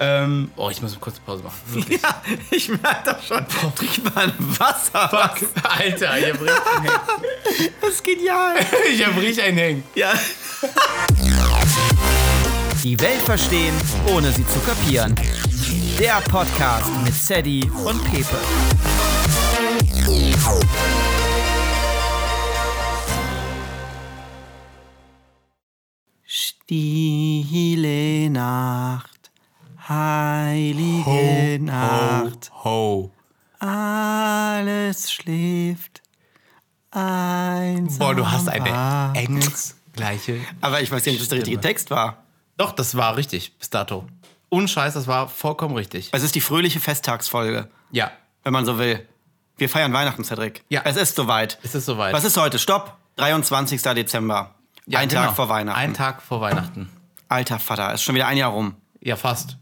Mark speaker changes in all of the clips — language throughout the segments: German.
Speaker 1: Ähm, oh, ich muss eine kurze Pause machen. Wirklich.
Speaker 2: Ja, ich merke das schon. Trink mal ein Wasser.
Speaker 1: Fuck. Alter, ich hab richtig einen Hang.
Speaker 2: Das ist genial.
Speaker 1: Ich hab richtig einen Hang.
Speaker 2: Ja.
Speaker 3: Die Welt verstehen, ohne sie zu kapieren. Der Podcast mit Sadie und Pepe. Stille Nacht, heilige Nacht,
Speaker 1: Ho.
Speaker 3: alles schläft. Einsam.
Speaker 1: Boah, du hast eine engelsgleiche.
Speaker 2: Aber ich weiß nicht, ob das der richtige Text war.
Speaker 1: Doch, das war richtig bis dato. Ohne Scheiß, das war vollkommen richtig.
Speaker 2: Es ist die fröhliche Festtagsfolge,
Speaker 1: Ja.
Speaker 2: wenn man so will. Wir feiern Weihnachten, Cedric.
Speaker 1: Ja.
Speaker 2: Es ist soweit.
Speaker 1: Es ist soweit.
Speaker 2: Was ist heute? Stopp. 23. Dezember.
Speaker 1: Ja,
Speaker 2: ein
Speaker 1: genau.
Speaker 2: Tag vor Weihnachten.
Speaker 1: Ein Tag vor Weihnachten.
Speaker 2: Alter Vater, ist schon wieder ein Jahr rum.
Speaker 1: Ja, fast.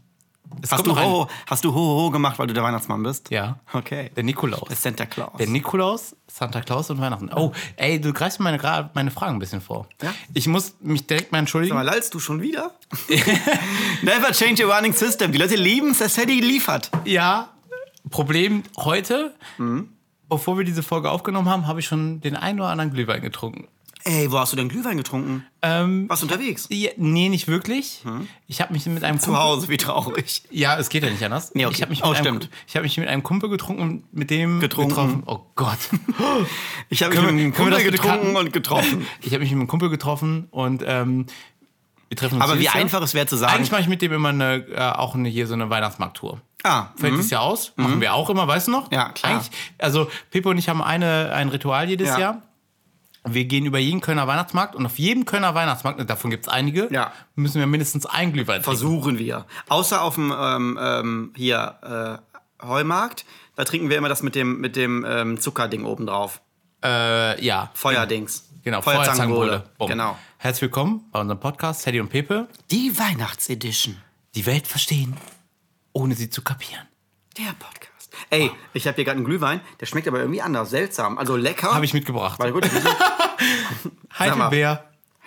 Speaker 1: Es
Speaker 2: Hast
Speaker 1: kommt
Speaker 2: du,
Speaker 1: noch ein-
Speaker 2: ho, hast du ho, ho, ho gemacht, weil du der Weihnachtsmann bist?
Speaker 1: Ja.
Speaker 2: Okay.
Speaker 1: Der Nikolaus.
Speaker 2: Der Santa Claus.
Speaker 1: Der Nikolaus, Santa Claus und Weihnachten. Oh, ey, du greifst meine, Gra- meine Fragen ein bisschen vor.
Speaker 2: Ja.
Speaker 1: Ich muss mich direkt mal entschuldigen.
Speaker 2: Sag mal, lallst du schon wieder? Never change your running system. Die Leute lieben es, dass Sadie liefert.
Speaker 1: Ja, Problem heute, bevor wir diese Folge aufgenommen haben, habe ich schon den einen oder anderen Glühwein getrunken.
Speaker 2: Ey, wo hast du denn Glühwein getrunken?
Speaker 1: Ähm,
Speaker 2: Warst du unterwegs?
Speaker 1: ja, nee, nicht wirklich. Ich habe mich mit einem
Speaker 2: Zu
Speaker 1: Kumpel,
Speaker 2: Hause, wie traurig.
Speaker 1: Ja, es geht ja nicht anders.
Speaker 2: Nee, okay.
Speaker 1: Ich habe mich,
Speaker 2: Oh,
Speaker 1: mit einem-
Speaker 2: stimmt.
Speaker 1: ich hab mich mit einem Kumpel getrunken und mit dem
Speaker 2: Getrunken.
Speaker 1: getroffen. Oh Gott.
Speaker 2: Ich habe
Speaker 1: Können wir-
Speaker 2: mich mit Kumpel
Speaker 1: können wir das bitte
Speaker 2: getrunken
Speaker 1: cutten?
Speaker 2: und getroffen.
Speaker 1: Ich habe mich mit einem Kumpel getroffen und ähm, wir treffen uns
Speaker 2: Aber wie
Speaker 1: jedes Jahr.
Speaker 2: einfach es wäre zu sagen.
Speaker 1: Eigentlich mache ich mit dem immer eine, äh, auch eine, hier so eine Weihnachtsmarkttour.
Speaker 2: Ah,
Speaker 1: Fällt dieses Jahr aus. Machen wir auch immer, weißt du noch?
Speaker 2: Ja, klar.
Speaker 1: Eigentlich, also Pippo und ich haben eine, ein Ritual jedes
Speaker 2: Ja.
Speaker 1: Jahr. Wir gehen über jeden Kölner Weihnachtsmarkt und auf jedem Kölner Weihnachtsmarkt, und davon gibt es einige,
Speaker 2: Ja.
Speaker 1: müssen wir mindestens ein Glühwein trinken.
Speaker 2: versuchen wir. Außer auf dem ähm, ähm, hier äh, Heumarkt, da trinken wir immer das mit dem, mit dem ähm, Zuckerding obendrauf.
Speaker 1: Äh, ja,
Speaker 2: Feuerdings.
Speaker 1: genau.
Speaker 2: Feuerzangenbowle.
Speaker 1: Feuerzangenbowle. Bumm.
Speaker 2: Genau.
Speaker 1: Herzlich willkommen bei unserem Podcast, Teddy und Pepe.
Speaker 2: Die Weihnachtsedition.
Speaker 1: Die Welt verstehen, ohne sie zu kapieren.
Speaker 2: Der Podcast. Ey, ich habe hier gerade einen Glühwein, der schmeckt aber irgendwie anders, seltsam. Also lecker.
Speaker 1: Habe ich mitgebracht.
Speaker 2: Warte gut, mal.
Speaker 1: Heidelbeer.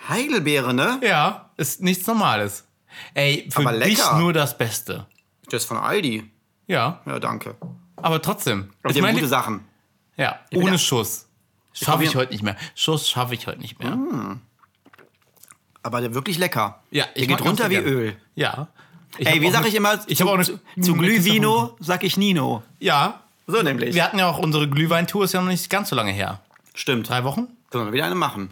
Speaker 2: Heidelbeere, ne?
Speaker 1: Ja, ist nichts Normales. Ey, für
Speaker 2: Aber lecker.
Speaker 1: dich nur das Beste.
Speaker 2: Das ist von Aldi.
Speaker 1: Ja,
Speaker 2: Ja, danke.
Speaker 1: aber trotzdem.
Speaker 2: Und die haben gute Sachen.
Speaker 1: Ja, ohne
Speaker 2: bitte.
Speaker 1: Schuss. Schaffe ich
Speaker 2: probier-
Speaker 1: heute nicht mehr. Schuss schaffe ich heute nicht mehr.
Speaker 2: Mhm. Aber der wirklich lecker.
Speaker 1: Ja,
Speaker 2: der
Speaker 1: mag
Speaker 2: geht
Speaker 1: das
Speaker 2: runter wie
Speaker 1: sehr gerne.
Speaker 2: Öl.
Speaker 1: Ja. Ich
Speaker 2: Ey,
Speaker 1: hab
Speaker 2: wie
Speaker 1: auch
Speaker 2: sag
Speaker 1: ne-
Speaker 2: ich immer?
Speaker 1: Ich
Speaker 2: zu-
Speaker 1: habe auch eine,
Speaker 2: Zu
Speaker 1: eine Kiste
Speaker 2: Glühvino sag ich Nino.
Speaker 1: von- Ja.
Speaker 2: So nämlich.
Speaker 1: Wir hatten ja auch unsere Glühweintour, ist ja noch nicht ganz so lange her.
Speaker 2: Stimmt.
Speaker 1: Drei Wochen?
Speaker 2: Können wir wieder eine machen.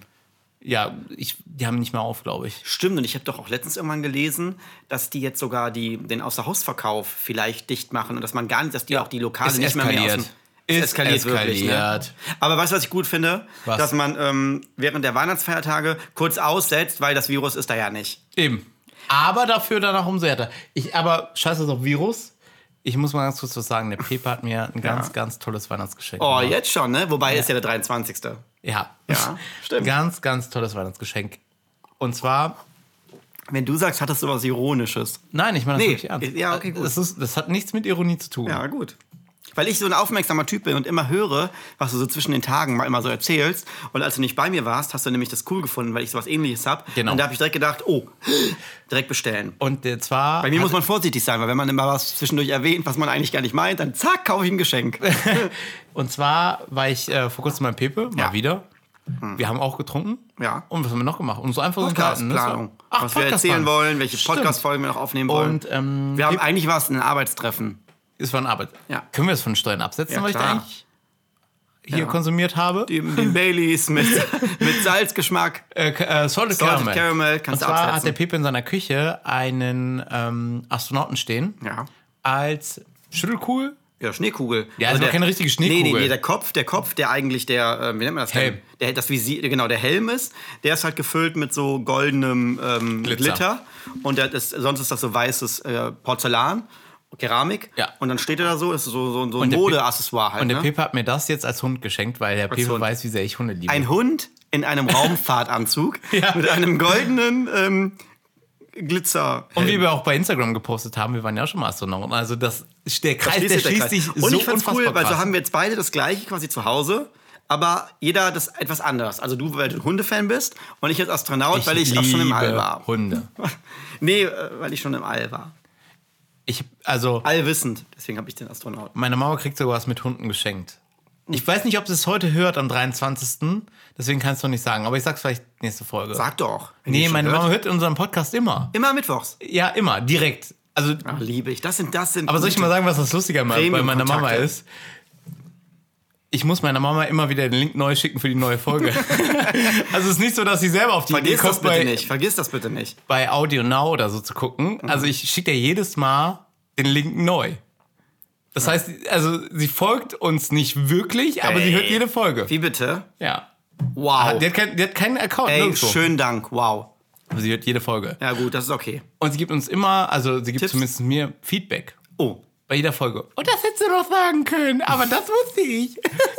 Speaker 1: Ja, ich, die haben nicht mehr auf, glaube ich.
Speaker 2: Stimmt, und ich habe doch auch letztens irgendwann gelesen, dass die jetzt sogar die, den Außerhausverkauf vielleicht dicht machen und dass man gar nicht, dass die auch die Lokale
Speaker 1: Ist
Speaker 2: Also nicht mehr mehr
Speaker 1: eskaliert.
Speaker 2: aus dem-
Speaker 1: Ist
Speaker 2: Es eskaliert, wirklich. Ne?
Speaker 1: eskaliert.
Speaker 2: Aber weißt du, was ich gut finde?
Speaker 1: Was?
Speaker 2: Dass man ähm, während der Weihnachtsfeiertage kurz aussetzt, weil das Virus ist da ja nicht.
Speaker 1: Eben. Aber dafür danach umso härter. Ich, aber scheiße, das Virus. Ich muss mal ganz kurz was sagen. Der Pepe hat mir ein ganz, ganz tolles Weihnachtsgeschenk
Speaker 2: Oh,
Speaker 1: gemacht.
Speaker 2: jetzt schon, ne? Wobei ist ja der 23.
Speaker 1: Ja.
Speaker 2: Ja, stimmt.
Speaker 1: Ganz, ganz tolles Weihnachtsgeschenk. Und zwar
Speaker 2: Wenn du sagst, hattest du was Ironisches.
Speaker 1: Nein, ich meine das
Speaker 2: Nee,
Speaker 1: wirklich ernst.
Speaker 2: ja, okay, gut.
Speaker 1: Das, ist, das hat nichts mit Ironie zu tun.
Speaker 2: Ja, gut. Weil ich so ein aufmerksamer Typ bin und immer höre, was du so zwischen den Tagen mal immer so erzählst. Und als du nicht bei mir warst, hast du nämlich das cool gefunden, weil ich sowas ähnliches habe.
Speaker 1: Genau.
Speaker 2: Und da habe ich direkt gedacht, oh, direkt bestellen.
Speaker 1: Und äh, zwar.
Speaker 2: Bei mir muss man vorsichtig sein, weil wenn man immer was zwischendurch erwähnt, was man eigentlich gar nicht meint, dann zack, kaufe ich ein Geschenk.
Speaker 1: und zwar war ich äh, vor kurzem beim Pepe, mal
Speaker 2: Ja. Hm.
Speaker 1: wieder. Wir haben auch getrunken.
Speaker 2: Ja.
Speaker 1: Und was haben wir noch gemacht? Und so einfach so unterhalten, ne? So-
Speaker 2: Podcast-Planung.
Speaker 1: Ach,
Speaker 2: was wir erzählen
Speaker 1: Podcast-Planung.
Speaker 2: wollen, welche
Speaker 1: Stimmt.
Speaker 2: Podcast-Folgen wir noch aufnehmen wollen.
Speaker 1: Und ähm,
Speaker 2: wir haben eigentlich was, ein Arbeitstreffen.
Speaker 1: es war eine Arbeit.
Speaker 2: Ja.
Speaker 1: Können wir das von den Steuern absetzen,
Speaker 2: Ja,
Speaker 1: weil ich da
Speaker 2: klar.
Speaker 1: eigentlich hier konsumiert habe?
Speaker 2: Den, den Baileys mit, mit Salzgeschmack.
Speaker 1: äh, K- äh, Salted, Caramel.
Speaker 2: Caramel kannst
Speaker 1: Und
Speaker 2: du
Speaker 1: zwar
Speaker 2: absetzen.
Speaker 1: hat der Pepe in seiner Küche einen ähm, Astronauten stehen.
Speaker 2: Ja.
Speaker 1: Als Schüttelkuhl.
Speaker 2: Ja, Schneekugel.
Speaker 1: Ja, ist noch
Speaker 2: der-
Speaker 1: keine richtige Schneekugel.
Speaker 2: Nee, nee, nee, der Kopf, der Kopf, der eigentlich der, äh, wie nennt man das?
Speaker 1: Helm.
Speaker 2: denn? Der, das Visier, genau, der Helm ist, der ist halt gefüllt mit so goldenem ähm,
Speaker 1: Glitzer.
Speaker 2: Glitzer. Und der, das, sonst ist das so weißes äh, Porzellan, Keramik.
Speaker 1: Ja.
Speaker 2: Und dann steht er da so, ist so, so, so ein
Speaker 1: der Pi-
Speaker 2: Modeaccessoire halt.
Speaker 1: Und der
Speaker 2: ne?
Speaker 1: Pepe hat mir das jetzt als Hund geschenkt, weil der Pepe
Speaker 2: Hund.
Speaker 1: weiß, wie sehr ich Hunde liebe.
Speaker 2: Ein Hund in einem Raumfahrtanzug
Speaker 1: Ja.
Speaker 2: mit einem goldenen ähm, Glitzer.
Speaker 1: Und wie wir auch bei Instagram gepostet haben, wir waren ja auch schon mal Astronauten. Also das, der Kreis, der
Speaker 2: Schließlich
Speaker 1: schließt
Speaker 2: der
Speaker 1: sich
Speaker 2: Kreis.
Speaker 1: so
Speaker 2: Und ich fand's
Speaker 1: unfassbar
Speaker 2: cool, weil
Speaker 1: krass.
Speaker 2: so haben wir jetzt beide das gleiche quasi zu Hause, aber jeder das etwas anders. Also du, weil du Hundefan bist und ich jetzt Astronaut, weil ich auch schon im All
Speaker 1: liebe
Speaker 2: war.
Speaker 1: Hunde.
Speaker 2: Nee, äh, weil ich schon im All war.
Speaker 1: Ich, also,
Speaker 2: Allwissend. Deswegen habe ich den Astronauten.
Speaker 1: meine Mama kriegt sogar was mit Hunden geschenkt. Ich weiß nicht, ob sie es heute hört am 23. Deswegen kannst du nicht sagen. Aber ich sag's vielleicht nächste Folge.
Speaker 2: Sag doch. wenn ihr
Speaker 1: nee,
Speaker 2: schon
Speaker 1: meine
Speaker 2: hört.
Speaker 1: Mama hört unseren Podcast immer.
Speaker 2: Immer mittwochs.
Speaker 1: Ja, immer, direkt. Also,
Speaker 2: Ach, liebe ich. Das sind, das sind.
Speaker 1: aber soll ich mal sagen, was das Lustige mal bei meiner Mama
Speaker 2: Premium-Kontakte.
Speaker 1: ist? Ich muss meiner Mama immer wieder den Link neu schicken für die neue Folge. also es ist nicht so, dass sie selber auf die Idee
Speaker 2: Vergiss das
Speaker 1: kommt,
Speaker 2: bitte
Speaker 1: bei,
Speaker 2: nicht. Mhm. Vergiss das bitte nicht.
Speaker 1: bei Audio Now oder so zu gucken. Also ich schicke dir jedes Mal den Link neu. Das heißt, also sie folgt uns nicht wirklich, aber sie
Speaker 2: Ey.
Speaker 1: hört jede Folge.
Speaker 2: Wie bitte?
Speaker 1: Ja.
Speaker 2: Wow.
Speaker 1: Die hat, kein, die hat keinen Account.
Speaker 2: Ey,
Speaker 1: Ah, nirgendwo.
Speaker 2: schönen Dank. Wow.
Speaker 1: Aber sie hört jede Folge.
Speaker 2: Ja, gut, das ist okay.
Speaker 1: Und sie gibt uns immer, also sie gibt
Speaker 2: Tipps?
Speaker 1: zumindest mir Feedback.
Speaker 2: Oh.
Speaker 1: Bei jeder Folge. Und das hättest du doch sagen können, aber das wusste ich.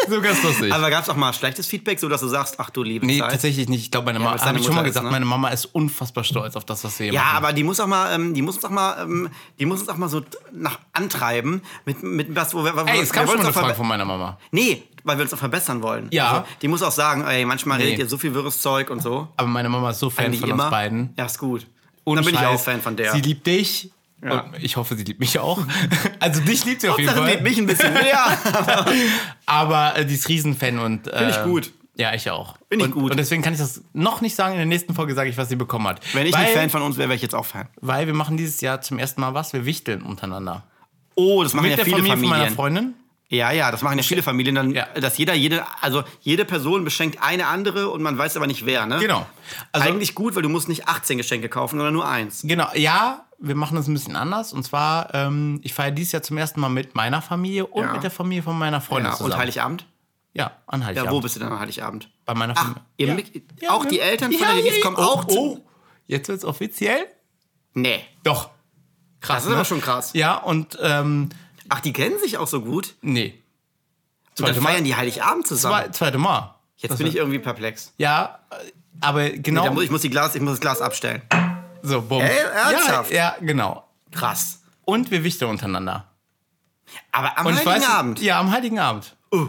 Speaker 1: so ganz lustig.
Speaker 2: Aber gab es auch mal schlechtes Feedback, so dass du sagst, ach du liebe
Speaker 1: nee,
Speaker 2: Zeit?
Speaker 1: tatsächlich nicht. Ich glaube, meine
Speaker 2: weil
Speaker 1: Mama,
Speaker 2: es
Speaker 1: habe
Speaker 2: deine
Speaker 1: ich schon mal
Speaker 2: Mutter ist,
Speaker 1: gesagt,
Speaker 2: ne?
Speaker 1: meine Mama ist unfassbar stolz auf das, was wir hier
Speaker 2: Ja,
Speaker 1: machen.
Speaker 2: aber die muss auch mal, ähm, die muss uns auch mal, ähm, die muss uns auch mal so t- nach antreiben mit, mit was, wo wir, wo
Speaker 1: Ey,
Speaker 2: wir-
Speaker 1: es
Speaker 2: wir wollen
Speaker 1: kam schon mal eine
Speaker 2: uns auch
Speaker 1: Frage
Speaker 2: verbe-
Speaker 1: von meiner Mama.
Speaker 2: Nee, weil wir uns auch verbessern wollen. Also,
Speaker 1: Ja.
Speaker 2: die muss auch sagen, ey, manchmal redet
Speaker 1: Nee.
Speaker 2: ihr so viel wirres Zeug und so.
Speaker 1: Aber meine Mama ist so Fan
Speaker 2: Eigentlich
Speaker 1: von uns beiden.
Speaker 2: Ja, ist gut.
Speaker 1: Ohne
Speaker 2: Dann bin ich auch
Speaker 1: Scheiß.
Speaker 2: Fan von der.
Speaker 1: Sie liebt dich.
Speaker 2: Ja.
Speaker 1: Und ich hoffe, sie liebt mich auch. Also dich liebt sie auf jeden
Speaker 2: Hauptsache,
Speaker 1: Fall.
Speaker 2: lebt mich ein bisschen mehr.
Speaker 1: Aber äh, die ist Riesenfan und. Äh,
Speaker 2: ich gut.
Speaker 1: Ja, ich auch.
Speaker 2: Bin ich
Speaker 1: und,
Speaker 2: gut.
Speaker 1: Und deswegen kann ich das noch nicht sagen. In der nächsten Folge sage ich, was sie bekommen hat.
Speaker 2: Wenn ich
Speaker 1: weil,
Speaker 2: nicht Fan von uns wäre, wäre ich jetzt auch Fan.
Speaker 1: Weil wir machen dieses Jahr zum ersten Mal was. Wir wichteln untereinander.
Speaker 2: Oh, das machen
Speaker 1: Mit
Speaker 2: ja
Speaker 1: der
Speaker 2: viele
Speaker 1: Familie von meiner
Speaker 2: Familien.
Speaker 1: Freundin.
Speaker 2: Ja, ja, das machen ja viele Familien dann,
Speaker 1: Ja.
Speaker 2: dass jeder, jede, also jede Person beschenkt eine andere und man weiß aber nicht wer, ne?
Speaker 1: Genau. Also,
Speaker 2: Also eigentlich gut, weil du musst nicht 18 Geschenke kaufen, sondern nur eins.
Speaker 1: genau. Ja, wir machen das ein bisschen anders. Und zwar, ähm, ich feiere dieses Jahr zum ersten Mal mit meiner Familie und
Speaker 2: Ja.
Speaker 1: mit der Familie von meiner Freundin
Speaker 2: Ja,
Speaker 1: zusammen.
Speaker 2: Genau. und Heiligabend?
Speaker 1: Ja, an
Speaker 2: Ja,
Speaker 1: Heiligabend.
Speaker 2: wo bist du denn am Heiligabend?
Speaker 1: Bei meiner
Speaker 2: Ach,
Speaker 1: Familie.
Speaker 2: ihr
Speaker 1: ja. ne?
Speaker 2: Mick- auch
Speaker 1: wir-
Speaker 2: die Eltern von der Judith kommen
Speaker 1: oh,
Speaker 2: auch zu-
Speaker 1: Oh, jetzt wird's offiziell?
Speaker 2: Nee.
Speaker 1: Doch. Krass, ne?
Speaker 2: Das ist aber schon krass.
Speaker 1: Ja, und, ähm,
Speaker 2: Ach, die kennen sich auch so gut.
Speaker 1: nee.
Speaker 2: Und dann
Speaker 1: Zweite Mal.
Speaker 2: feiern die Heiligabend zusammen.
Speaker 1: Zwe- Zweite Mal.
Speaker 2: Jetzt bin ich irgendwie perplex.
Speaker 1: Ja, äh, aber
Speaker 2: Da
Speaker 1: genau.
Speaker 2: muss, ich, muss die Glas, ich muss das Glas abstellen.
Speaker 1: so, bumm.
Speaker 2: Ey,
Speaker 1: ja,
Speaker 2: ernsthaft?
Speaker 1: ja, genau.
Speaker 2: Krass.
Speaker 1: Und wir wichteln untereinander.
Speaker 2: Aber am
Speaker 1: Und ich weiß,
Speaker 2: Heiligabend.
Speaker 1: Ja, am Heiligen Abend.
Speaker 2: Uh.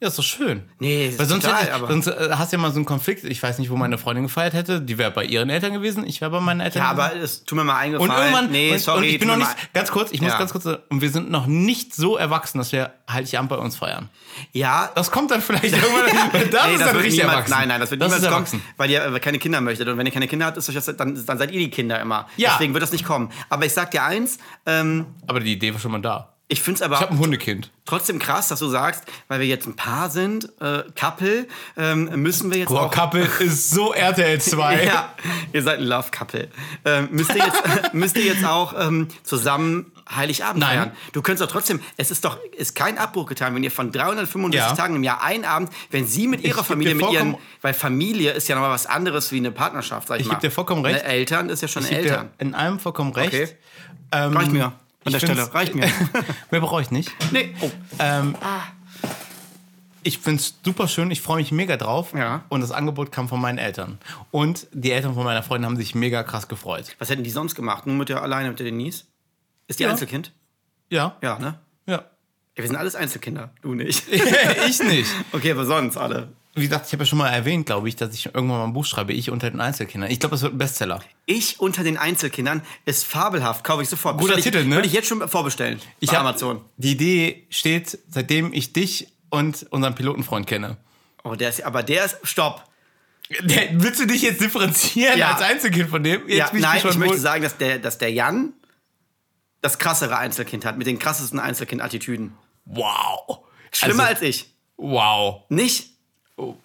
Speaker 1: Ja, ist doch schön.
Speaker 2: Nee, das
Speaker 1: Weil
Speaker 2: ist
Speaker 1: sonst,
Speaker 2: total,
Speaker 1: hätte ich,
Speaker 2: aber-
Speaker 1: sonst äh, hast du ja mal so einen Konflikt. Ich weiß nicht, wo meine Freundin gefeiert hätte. Die wäre bei ihren Eltern gewesen. Ich wäre bei meinen Eltern.
Speaker 2: Ja,
Speaker 1: gewesen.
Speaker 2: aber es tut mir mal eingefallen.
Speaker 1: Und irgendwann,
Speaker 2: nee,
Speaker 1: und,
Speaker 2: sorry,
Speaker 1: und ich bin noch
Speaker 2: tut mir
Speaker 1: nicht, ganz kurz, ich muss
Speaker 2: Ja.
Speaker 1: ganz kurz, sagen, und wir sind noch nicht so erwachsen, dass wir Heiligabend bei uns feiern.
Speaker 2: mal- Ja,
Speaker 1: Das kommt dann vielleicht irgendwann, weil das
Speaker 2: Nee,
Speaker 1: ist
Speaker 2: das
Speaker 1: dann
Speaker 2: wird
Speaker 1: richtig
Speaker 2: niemals,
Speaker 1: erwachsen.
Speaker 2: Nein, nein, das wird
Speaker 1: ist
Speaker 2: niemals
Speaker 1: erwachsen.
Speaker 2: kommen, weil ihr äh, keine Kinder möchtet. Und wenn ihr keine Kinder habt, ist euch das, dann, dann seid ihr die Kinder immer.
Speaker 1: Ja.
Speaker 2: Deswegen wird das nicht kommen. Aber ich sag dir eins, ähm,
Speaker 1: Aber die Idee war schon mal da.
Speaker 2: ich find's aber
Speaker 1: Ich habe ein Hundekind.
Speaker 2: trotzdem krass, dass du sagst, weil wir jetzt ein Paar sind, äh, Couple, ähm, müssen wir jetzt
Speaker 1: Boah,
Speaker 2: auch...
Speaker 1: Couple ist so RTL 2.
Speaker 2: Ja, ihr seid ein Love Couple. Ähm, müsst, ihr jetzt, müsst ihr jetzt auch ähm, zusammen Heiligabend
Speaker 1: Nein.
Speaker 2: feiern? Du könntest doch trotzdem, es ist doch ist kein Abbruch getan, wenn ihr von 365
Speaker 1: Ja.
Speaker 2: Tagen im Jahr einen Abend, wenn sie mit ihrer
Speaker 1: geb
Speaker 2: Familie,
Speaker 1: dir
Speaker 2: mit ihren,
Speaker 1: vollkommen-
Speaker 2: weil Familie ist ja nochmal was anderes wie eine Partnerschaft, sag ich,
Speaker 1: Ich
Speaker 2: mal.
Speaker 1: geb dir vollkommen recht.
Speaker 2: Eine Eltern ist ja schon
Speaker 1: Ich geb dir
Speaker 2: Eltern.
Speaker 1: in allem vollkommen recht.
Speaker 2: Okay.
Speaker 1: Ähm,
Speaker 2: Reicht mir. An der
Speaker 1: ich
Speaker 2: Stelle,
Speaker 1: find's-
Speaker 2: reicht mir.
Speaker 1: Mehr brauche ich nicht.
Speaker 2: nee. Oh.
Speaker 1: Ähm, Ich finde es super schön, ich freue mich mega drauf.
Speaker 2: Ja.
Speaker 1: Und das Angebot kam von meinen Eltern. Und die Eltern von meiner Freundin haben sich mega krass gefreut.
Speaker 2: Was hätten die sonst gemacht? Nur mit der alleine, mit der Denise? Ist die
Speaker 1: Ja.
Speaker 2: Einzelkind?
Speaker 1: Ja.
Speaker 2: Ja, ne?
Speaker 1: Ja.
Speaker 2: Ja, wir sind alles Einzelkinder, du nicht.
Speaker 1: ich nicht.
Speaker 2: okay, aber sonst alle.
Speaker 1: Wie gesagt, ich habe ja schon mal erwähnt, glaube ich, dass ich irgendwann mal ein Buch schreibe, ich unter den Einzelkindern. Ich glaube, das wird ein Bestseller.
Speaker 2: Ich unter den Einzelkindern ist fabelhaft, kaufe ich sofort.
Speaker 1: Guter
Speaker 2: Bestell
Speaker 1: Titel,
Speaker 2: ich,
Speaker 1: ne?
Speaker 2: Würde ich jetzt schon vorbestellen.
Speaker 1: Ich
Speaker 2: bei
Speaker 1: hab-
Speaker 2: Amazon.
Speaker 1: Die Idee steht, seitdem ich dich und unseren Pilotenfreund kenne.
Speaker 2: Oh, der ist, aber der ist, stopp.
Speaker 1: Der, willst du dich jetzt differenzieren
Speaker 2: Ja.
Speaker 1: als Einzelkind von dem?
Speaker 2: Ja,
Speaker 1: Jetzt
Speaker 2: nein, ich
Speaker 1: gespannt,
Speaker 2: möchte
Speaker 1: wo-
Speaker 2: sagen, dass der, dass der Jan das krassere Einzelkind hat, mit den krassesten Einzelkind-Attitüden.
Speaker 1: Wow.
Speaker 2: Schlimmer
Speaker 1: also,
Speaker 2: als ich.
Speaker 1: Wow.
Speaker 2: Nicht?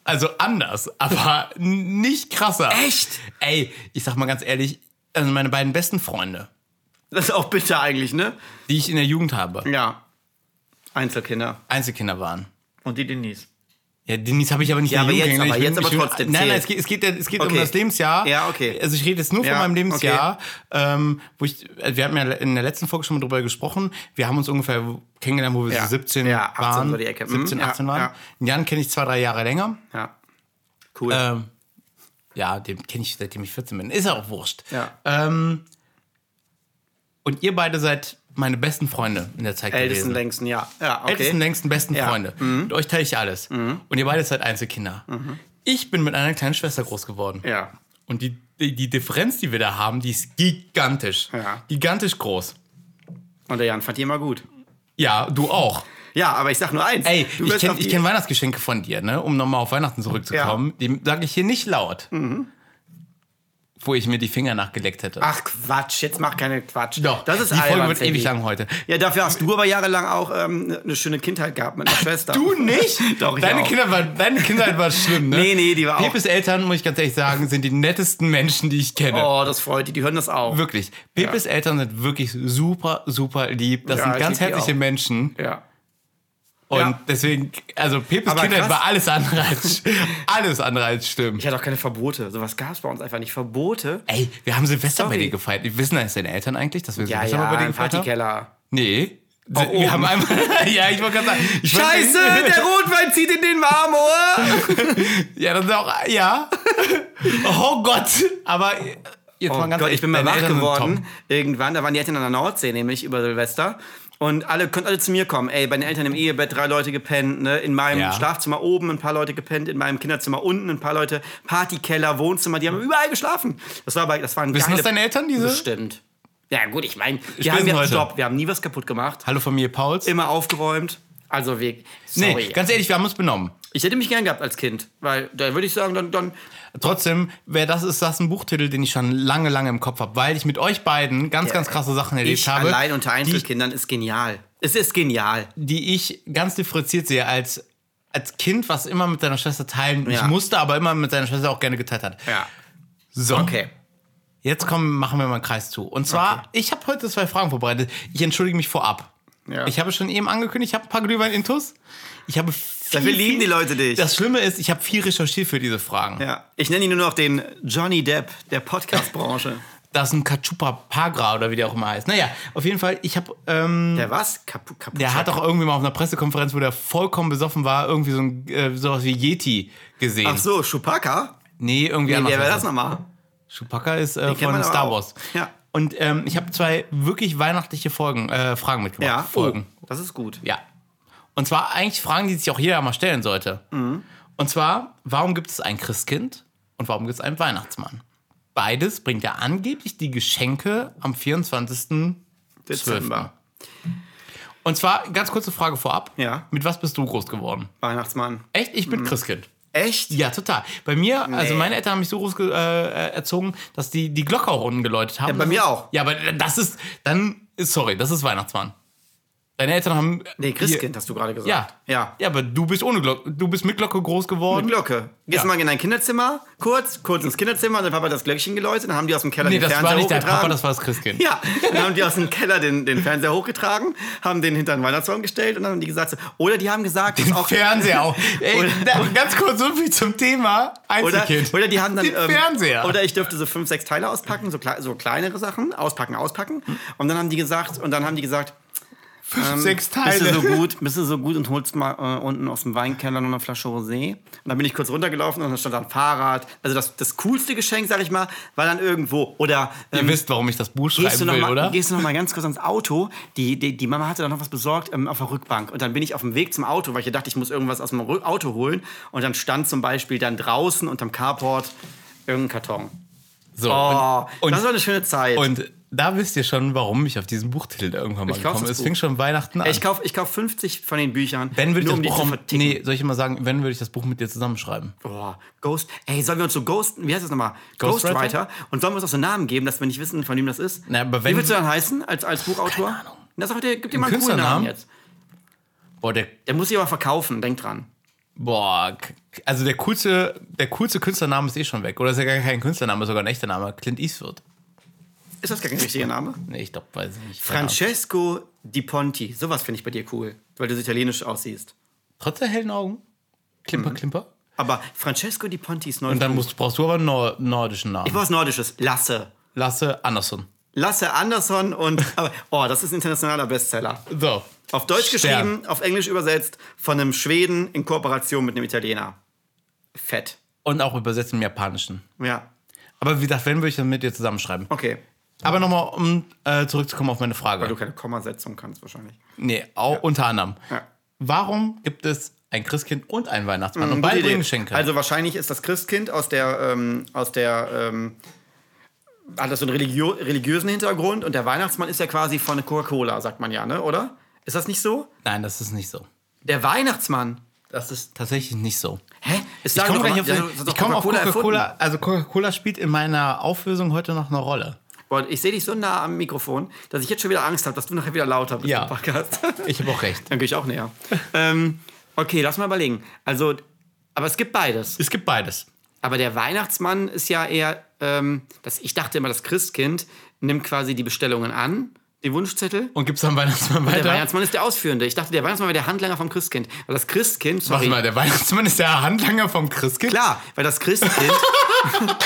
Speaker 1: Also anders, aber n- nicht krasser.
Speaker 2: Echt?
Speaker 1: Ey, ich sag mal ganz ehrlich, also meine beiden besten Freunde,
Speaker 2: Das ist auch bitter eigentlich, ne?
Speaker 1: die ich in der Jugend habe,
Speaker 2: Ja. Einzelkinder.
Speaker 1: Einzelkinder waren.
Speaker 2: Und die Denise.
Speaker 1: Ja, Denise habe ich aber nicht
Speaker 2: Ja,
Speaker 1: in der
Speaker 2: aber
Speaker 1: Jugend
Speaker 2: jetzt
Speaker 1: kennengelernt.
Speaker 2: aber,
Speaker 1: Ich
Speaker 2: jetzt aber
Speaker 1: ich
Speaker 2: trotzdem,
Speaker 1: Nein, nein,
Speaker 2: zählt.
Speaker 1: es geht, es geht, es geht um
Speaker 2: Okay.
Speaker 1: das Lebensjahr.
Speaker 2: Ja, okay.
Speaker 1: Also ich rede jetzt nur
Speaker 2: Ja,
Speaker 1: von meinem Lebensjahr,
Speaker 2: okay.
Speaker 1: ähm, wo ich, äh, wir hatten ja in der letzten Folge schon mal drüber gesprochen. Wir haben uns ungefähr kennengelernt, wo wir
Speaker 2: Ja.
Speaker 1: so 17
Speaker 2: Ja, 18
Speaker 1: waren.
Speaker 2: so die Ecke. Mhm,
Speaker 1: 17,
Speaker 2: ja,
Speaker 1: 18 waren.
Speaker 2: ja.
Speaker 1: Den Jan kenne ich zwei, drei Jahre länger.
Speaker 2: Ja. Cool.
Speaker 1: Ähm, ja, den kenne ich seitdem ich 14 bin. Ist ja auch wurscht.
Speaker 2: Ja.
Speaker 1: Ähm, und ihr beide seid meine besten Freunde in der Zeit
Speaker 2: Ältesten,
Speaker 1: gewesen.
Speaker 2: längsten, ja. Ja, okay.
Speaker 1: Ältesten, längsten, besten
Speaker 2: Ja. Mhm.
Speaker 1: Freunde. Mit euch teile ich alles. Und ihr beide seid Einzelkinder. Ich bin mit einer kleinen Schwester groß geworden.
Speaker 2: Ja.
Speaker 1: Und die, die, die Differenz, die wir da haben, die ist gigantisch.
Speaker 2: Ja.
Speaker 1: Gigantisch groß.
Speaker 2: Und der Jan fand die immer gut.
Speaker 1: Ja, du auch.
Speaker 2: Ja, aber ich sag nur eins.
Speaker 1: Ey,
Speaker 2: du
Speaker 1: ich
Speaker 2: wirst
Speaker 1: kenne
Speaker 2: auf die-
Speaker 1: kenn Weihnachtsgeschenke von dir, ne? Um nochmal auf Weihnachten zurückzukommen. Die sage ich hier nicht laut.
Speaker 2: Mhm.
Speaker 1: Wo ich mir die Finger nachgeleckt hätte.
Speaker 2: Ach Quatsch, jetzt mach keine Quatsch.
Speaker 1: Doch,
Speaker 2: das ist
Speaker 1: die Folge
Speaker 2: albern,
Speaker 1: wird
Speaker 2: Sandy.
Speaker 1: ewig lang heute.
Speaker 2: Ja, dafür hast du aber jahrelang auch ähm, eine schöne Kindheit gehabt mit einer Schwester. Doch, ich
Speaker 1: deine,
Speaker 2: auch.
Speaker 1: Kinder war, deine Kindheit war schlimm, ne?
Speaker 2: Nee, nee, die war auch-
Speaker 1: Pepes Eltern, muss ich ganz ehrlich sagen, sind die nettesten Menschen, die ich kenne.
Speaker 2: Oh, das freut die, die hören das auch.
Speaker 1: Wirklich. Pepes Eltern sind wirklich super, super lieb. Das
Speaker 2: Ja,
Speaker 1: sind
Speaker 2: ich
Speaker 1: ganz
Speaker 2: lieb die
Speaker 1: herzliche
Speaker 2: auch.
Speaker 1: Menschen.
Speaker 2: Ja.
Speaker 1: Und
Speaker 2: Ja.
Speaker 1: deswegen, also Pepes
Speaker 2: Aber
Speaker 1: Kindheit
Speaker 2: krass.
Speaker 1: war alles andere als, alles andere als schlimm.
Speaker 2: Ich hatte auch keine Verbote. Sowas gab es bei uns einfach nicht. Verbote?
Speaker 1: Ey, wir haben Silvester
Speaker 2: Sorry.
Speaker 1: bei dir gefeiert. Wir wissen das deine Eltern eigentlich, dass wir
Speaker 2: Ja,
Speaker 1: Silvester mal
Speaker 2: ja,
Speaker 1: bei dir
Speaker 2: im
Speaker 1: gefeiert haben?
Speaker 2: Partykeller.
Speaker 1: Nee. wir
Speaker 2: oben.
Speaker 1: haben einmal. ja, ich wollte gerade sagen. Ich wollte-
Speaker 2: oh. Scheiße, der Rotwein zieht in den Marmor.
Speaker 1: Ja, das ist auch. Ja. oh Gott. Aber äh, jetzt
Speaker 2: Oh
Speaker 1: mal ganz
Speaker 2: Gott,
Speaker 1: ehrlich,
Speaker 2: ich bin mal
Speaker 1: deine
Speaker 2: wach
Speaker 1: Eltern sind
Speaker 2: geworden
Speaker 1: top.
Speaker 2: irgendwann. Da waren die Eltern an der Nordsee, nämlich über Silvester. Und alle könnt alle zu mir kommen. Ey, bei den Eltern im Ehebett drei Leute gepennt, ne? In meinem
Speaker 1: Ja.
Speaker 2: Schlafzimmer oben ein paar Leute gepennt, in meinem Kinderzimmer unten ein paar Leute, Partykeller, Wohnzimmer, die haben überall geschlafen. Das war bei, das waren
Speaker 1: Wissen
Speaker 2: geile
Speaker 1: das deine Eltern, diese?
Speaker 2: Bestimmt. Ja gut, ich meine, wir
Speaker 1: Spätestens
Speaker 2: haben ja
Speaker 1: heute.
Speaker 2: Stopp, wir haben nie was kaputt gemacht,
Speaker 1: Hallo von mir, Pauls.
Speaker 2: immer aufgeräumt. Also weg.
Speaker 1: nee,
Speaker 2: Sorry.
Speaker 1: ganz ehrlich, wir haben uns benommen.
Speaker 2: ich hätte mich gern gehabt als Kind, weil da würde ich sagen, dann, dann
Speaker 1: Trotzdem, wäre das ist das ein Buchtitel, den ich schon lange, lange im Kopf habe, weil ich mit euch beiden ganz, ganz krasse Sachen erlebt
Speaker 2: ich
Speaker 1: habe.
Speaker 2: allein unter
Speaker 1: die ich
Speaker 2: Einzelkindern ist genial. Es ist genial.
Speaker 1: die ich ganz differenziert sehe als als Kind, was immer mit deiner Schwester teilen ich
Speaker 2: Ja.
Speaker 1: musste, aber immer mit deiner Schwester auch gerne geteilt hat.
Speaker 2: Ja.
Speaker 1: So,
Speaker 2: Okay.
Speaker 1: jetzt kommen, machen wir mal einen Kreis zu. Und zwar, ich habe heute zwei Fragen vorbereitet. Ich entschuldige mich vorab.
Speaker 2: Ja.
Speaker 1: Ich habe schon eben angekündigt, ich habe ein paar Glühwein-Intus. Ich habe viel,
Speaker 2: Dafür lieben die Leute dich.
Speaker 1: Das Schlimme ist, ich habe viel recherchiert für diese Fragen.
Speaker 2: ja. Ich nenne ihn nur noch den Johnny Depp der Podcast-Branche.
Speaker 1: Das ist ein Kachupa Pagra oder wie der auch immer heißt. Naja, auf jeden Fall, ich habe ähm,
Speaker 2: der was? Kapu Kapu
Speaker 1: Der hat auch irgendwie mal auf einer Pressekonferenz, wo der vollkommen besoffen war, irgendwie so ein, äh, sowas wie Yeti gesehen.
Speaker 2: Ach so, Chewbacca?
Speaker 1: Nee, irgendwie
Speaker 2: Nee,
Speaker 1: anders.
Speaker 2: wer war
Speaker 1: heißt
Speaker 2: das nochmal?
Speaker 1: das. Chewbacca ist äh,
Speaker 2: kennt man
Speaker 1: von
Speaker 2: aber
Speaker 1: Star
Speaker 2: auch.
Speaker 1: Wars.
Speaker 2: Ja.
Speaker 1: Und ähm, ich habe zwei wirklich weihnachtliche Folgen, äh, Fragen mitgebracht.
Speaker 2: Ja.
Speaker 1: Folgen.
Speaker 2: Oh, das ist gut.
Speaker 1: Ja. Und zwar eigentlich Fragen, die sich auch jeder mal stellen sollte.
Speaker 2: Mhm.
Speaker 1: Und zwar, warum gibt es ein Christkind und warum gibt es einen Weihnachtsmann? Beides bringt ja angeblich die Geschenke am 24.
Speaker 2: Dezember.
Speaker 1: Und zwar, ganz kurze Frage vorab.
Speaker 2: Ja.
Speaker 1: Mit was bist du groß geworden?
Speaker 2: Weihnachtsmann.
Speaker 1: Echt? Ich bin Christkind.
Speaker 2: Echt?
Speaker 1: Ja, total. Bei mir, also
Speaker 2: Nee.
Speaker 1: meine Eltern haben mich so groß ge- äh, erzogen, dass die die Glocke auch unten geläutet haben.
Speaker 2: Ja, bei mir auch.
Speaker 1: Ja, aber das ist, dann, sorry, das ist Weihnachtsmann. Deine Eltern haben...
Speaker 2: Nee, Christkind hast du gerade gesagt.
Speaker 1: Ja.
Speaker 2: Ja.
Speaker 1: Ja, aber du bist ohne Glocke, du bist mit Glocke groß geworden.
Speaker 2: Glocke. Gehst
Speaker 1: Ja.
Speaker 2: mal in dein Kinderzimmer, kurz, kurz ins Kinderzimmer, dann Papa hat das Glöckchen geläutet, dann haben die aus dem Keller
Speaker 1: nee,
Speaker 2: den
Speaker 1: das
Speaker 2: Fernseher
Speaker 1: war nicht dein
Speaker 2: hochgetragen.
Speaker 1: Papa, das war das Christkind.
Speaker 2: Ja, dann haben die aus dem Keller den, den Fernseher hochgetragen, haben den hinter den Weihnachtsbaum gestellt und dann haben die gesagt, so, oder die haben gesagt, ist auch
Speaker 1: Fernseher auch. Ey,
Speaker 2: Oder-
Speaker 1: da, ganz kurz so viel zum Thema
Speaker 2: oder,
Speaker 1: Einzelkind.
Speaker 2: oder die haben dann ähm,
Speaker 1: Den Fernseher.
Speaker 2: Oder ich dürfte so fünf, sechs Teile auspacken, so, klei- so kleinere Sachen, auspacken, auspacken. Und dann haben die gesagt, und dann haben die gesagt,
Speaker 1: Fünf, sechs
Speaker 2: ähm, bist du
Speaker 1: Teile.
Speaker 2: so gut, bist du so gut und holst mal äh, unten aus dem Weinkeller noch eine Flasche Rosé. Und dann bin ich kurz runtergelaufen und dann stand da ein Fahrrad. Also das, das coolste Geschenk, sag ich mal, war dann irgendwo oder ähm,
Speaker 1: Ihr wisst, warum ich das Buch
Speaker 2: Gehst du,
Speaker 1: schreiben
Speaker 2: noch
Speaker 1: will,
Speaker 2: mal,
Speaker 1: oder?
Speaker 2: gehst du noch mal ganz kurz ans Auto? Die, die, die Mama hatte da noch was besorgt ähm, auf der Rückbank. Und dann bin ich auf dem Weg zum Auto, weil ich dachte, ich muss irgendwas aus dem Rück- Auto holen. Und dann stand zum Beispiel dann draußen unterm Carport irgendein Karton.
Speaker 1: So,
Speaker 2: Oh,
Speaker 1: und,
Speaker 2: das war eine schöne Zeit.
Speaker 1: und da wisst ihr schon, warum ich auf diesen Buchtitel irgendwann mal
Speaker 2: Ich kauf
Speaker 1: gekommen bin.
Speaker 2: das
Speaker 1: Es
Speaker 2: Buch.
Speaker 1: fing schon Weihnachten an.
Speaker 2: ich kaufe ich kauf 50 von den Büchern.
Speaker 1: wenn würde ich
Speaker 2: nur
Speaker 1: das
Speaker 2: um die
Speaker 1: Buch
Speaker 2: zu
Speaker 1: auch-
Speaker 2: verticken.
Speaker 1: nee, soll ich immer sagen, wenn würde ich das Buch mit dir zusammenschreiben?
Speaker 2: Oh, Ghost. Ey, sollen wir uns so Ghost. Wie heißt das nochmal?
Speaker 1: Ghostwriter?
Speaker 2: Ghostwriter. Und sollen wir uns auch so Namen geben, dass wir nicht wissen, von wem das ist?
Speaker 1: Na, aber wenn-
Speaker 2: wie würdest du dann heißen als, als Buchautor? Keine Ahnung. Na, sag, dir, gib dir mal einen coolen Namen
Speaker 1: Künstlernamen?
Speaker 2: jetzt.
Speaker 1: Boah, der,
Speaker 2: Der muss sich aber verkaufen, denk dran.
Speaker 1: boah, k- also der coolste, der coolste Künstlername ist eh schon weg. Oder ist ja gar kein Künstlername, ist sogar ein echter Name. Clint Eastwood.
Speaker 2: Ist das gar kein richtiger Name?
Speaker 1: Nee, ich glaube, weiß ich nicht. Keine Ahnung.
Speaker 2: Francesco Di Ponti. Sowas finde ich bei dir cool, weil du so italienisch aussiehst.
Speaker 1: Trotz der hellen Augen.
Speaker 2: Mhm.
Speaker 1: Klimper, klimper.
Speaker 2: Aber Francesco Di Ponti ist neu.
Speaker 1: Und dann musst, brauchst du aber einen nor nordischen Namen.
Speaker 2: was Nordisches. Lasse.
Speaker 1: Lasse Andersson.
Speaker 2: Lasse Andersson und. Aber, oh, das ist ein internationaler Bestseller.
Speaker 1: So.
Speaker 2: Auf Deutsch
Speaker 1: Stern.
Speaker 2: geschrieben, auf Englisch übersetzt, von einem Schweden in Kooperation mit einem Italiener. Fett.
Speaker 1: Und auch übersetzt im Japanischen.
Speaker 2: Ja.
Speaker 1: Aber wie gesagt, wenn würde ich das mit dir zusammenschreiben.
Speaker 2: Okay.
Speaker 1: Aber nochmal, um äh, zurückzukommen auf meine
Speaker 2: Du
Speaker 1: Frage.
Speaker 2: keine Kommasetzung kannst wahrscheinlich.
Speaker 1: Nee, auch unter anderem.
Speaker 2: Ja.
Speaker 1: Warum gibt es ein Christkind und einen Weihnachtsmann und
Speaker 2: Mhm, Gute
Speaker 1: beide
Speaker 2: Idee.
Speaker 1: bringen Geschenke?
Speaker 2: Also wahrscheinlich ist das Christkind aus der, ähm, aus der ähm, hat das so einen religio religiösen Hintergrund und der Weihnachtsmann ist ja quasi von Coca-Cola, sagt man ja, ne? Oder? Ist das nicht so?
Speaker 1: Nein, das ist nicht so.
Speaker 2: Der Weihnachtsmann.
Speaker 1: Das ist tatsächlich nicht so.
Speaker 2: Hä? Ist
Speaker 1: Ich
Speaker 2: da
Speaker 1: komme
Speaker 2: doch-
Speaker 1: gleich auf,
Speaker 2: ja, das hat
Speaker 1: ich
Speaker 2: doch
Speaker 1: komm auf
Speaker 2: erfunden.
Speaker 1: Coca-Cola. Also Coca-Cola spielt in meiner Auflösung heute noch eine Rolle.
Speaker 2: Boah, ich sehe dich so nah am Mikrofon, dass ich jetzt schon wieder Angst habe, dass du nachher wieder lauter bist
Speaker 1: Ja.
Speaker 2: im Podcast.
Speaker 1: Ich habe auch recht.
Speaker 2: Dann gehe ich auch näher. ähm, okay, lass mal überlegen. Also, aber es gibt beides.
Speaker 1: Es gibt beides.
Speaker 2: Aber der Weihnachtsmann ist ja eher, ähm, das, ich dachte immer, das Christkind nimmt quasi die Bestellungen an, die Wunschzettel.
Speaker 1: Und gibt's am Weihnachtsmann
Speaker 2: Der
Speaker 1: weiter?
Speaker 2: Weihnachtsmann ist der Ausführende. Ich dachte, der Weihnachtsmann wäre der Handlanger vom Christkind. Weil das Christkind,
Speaker 1: Warte
Speaker 2: sorry,
Speaker 1: mal, der Weihnachtsmann ist der Handlanger vom Christkind.
Speaker 2: klar, weil das Christkind,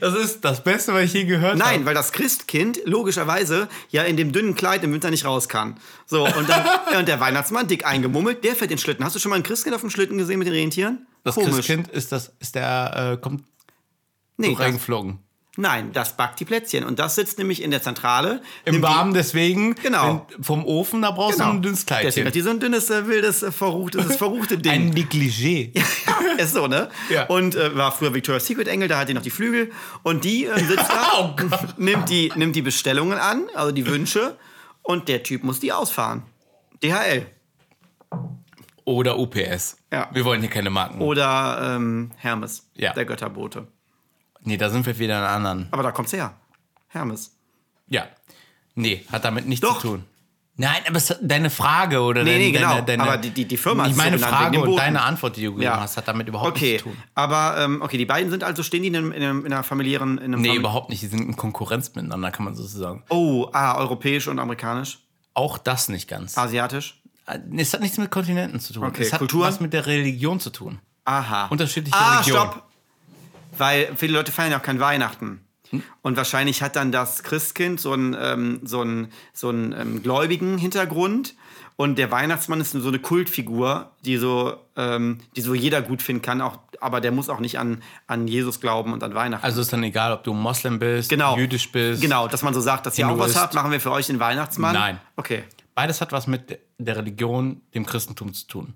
Speaker 1: Das ist das Beste, was ich je gehört habe.
Speaker 2: nein, weil das Christkind logischerweise ja in dem dünnen Kleid im Winter nicht raus kann. So, und, dann, ja, und der Weihnachtsmann, dick eingemummelt, der fährt den Schlitten. Hast du schon mal ein Christkind auf dem Schlitten gesehen mit den Rentieren?
Speaker 1: Das Christkind ist das ist der äh, kommt
Speaker 2: nee, das,
Speaker 1: reingeflogen.
Speaker 2: nein, das backt die Plätzchen. Und das sitzt nämlich in der Zentrale.
Speaker 1: Im Genau. Warmen deswegen.
Speaker 2: Genau.
Speaker 1: Wenn, vom Ofen da brauchst du ein dünnes
Speaker 2: Deswegen
Speaker 1: Kleidchen.
Speaker 2: hat die so ein dünnes, äh, wildes, äh, verruchtes, das verruchte Ding.
Speaker 1: Ein Negligé.
Speaker 2: Ist so, ne?
Speaker 1: Ja.
Speaker 2: Und äh, war früher Victoria's Secret Engel, da hat die noch die Flügel. Und die äh, sitzt da,
Speaker 1: Oh Gott.
Speaker 2: nimmt, die, nimmt die Bestellungen an, also die Wünsche. Und der Typ muss die ausfahren. DHL.
Speaker 1: Oder UPS.
Speaker 2: Ja.
Speaker 1: Wir wollen hier keine Marken.
Speaker 2: Oder ähm, Hermes,
Speaker 1: Ja.
Speaker 2: der Götterbote.
Speaker 1: Nee, da sind wir wieder in einer anderen.
Speaker 2: Aber da kommt's her. Hermes.
Speaker 1: Ja. Nee, hat damit nichts
Speaker 2: Doch.
Speaker 1: zu tun. Nein, aber es, deine Frage oder
Speaker 2: Nee,
Speaker 1: deine,
Speaker 2: nee, genau.
Speaker 1: deine, deine.
Speaker 2: Aber die- die- die Firma
Speaker 1: Ich
Speaker 2: ist so
Speaker 1: meine
Speaker 2: genannt, wegen
Speaker 1: Frage
Speaker 2: dem
Speaker 1: und
Speaker 2: Boten.
Speaker 1: deine Antwort, die du gegeben
Speaker 2: Ja.
Speaker 1: hast, hat damit überhaupt
Speaker 2: Okay,
Speaker 1: nichts zu tun.
Speaker 2: aber ähm, okay, die beiden sind also, stehen die in, einem, in, einem, in einer familiären... In einem
Speaker 1: Nee,
Speaker 2: Famili-
Speaker 1: überhaupt nicht. Die sind in Konkurrenz miteinander, kann man sozusagen.
Speaker 2: Oh, ah, europäisch und amerikanisch,
Speaker 1: Auch das nicht ganz.
Speaker 2: asiatisch.
Speaker 1: Es hat nichts mit Kontinenten zu tun.
Speaker 2: Ah. Okay,
Speaker 1: es hat
Speaker 2: Kulturen?
Speaker 1: was mit der Religion zu tun.
Speaker 2: Aha.
Speaker 1: Unterschiedliche
Speaker 2: ah,
Speaker 1: Religionen.
Speaker 2: Stopp. Weil viele Leute feiern ja auch kein Weihnachten. Und wahrscheinlich hat dann das Christkind so einen, ähm, so einen, so einen ähm, gläubigen Hintergrund. Und der Weihnachtsmann ist so eine Kultfigur, die so, ähm, die so jeder gut finden kann. Auch, aber der muss auch nicht an, an Jesus glauben und an Weihnachten.
Speaker 1: Also ist dann egal, ob du Moslem bist,
Speaker 2: genau.
Speaker 1: jüdisch bist.
Speaker 2: Genau, dass man so sagt, dass ihr auch was
Speaker 1: Hinduist.
Speaker 2: habt, machen wir für euch den Weihnachtsmann.
Speaker 1: Nein.
Speaker 2: Okay.
Speaker 1: Beides hat was mit der Religion, dem Christentum zu tun.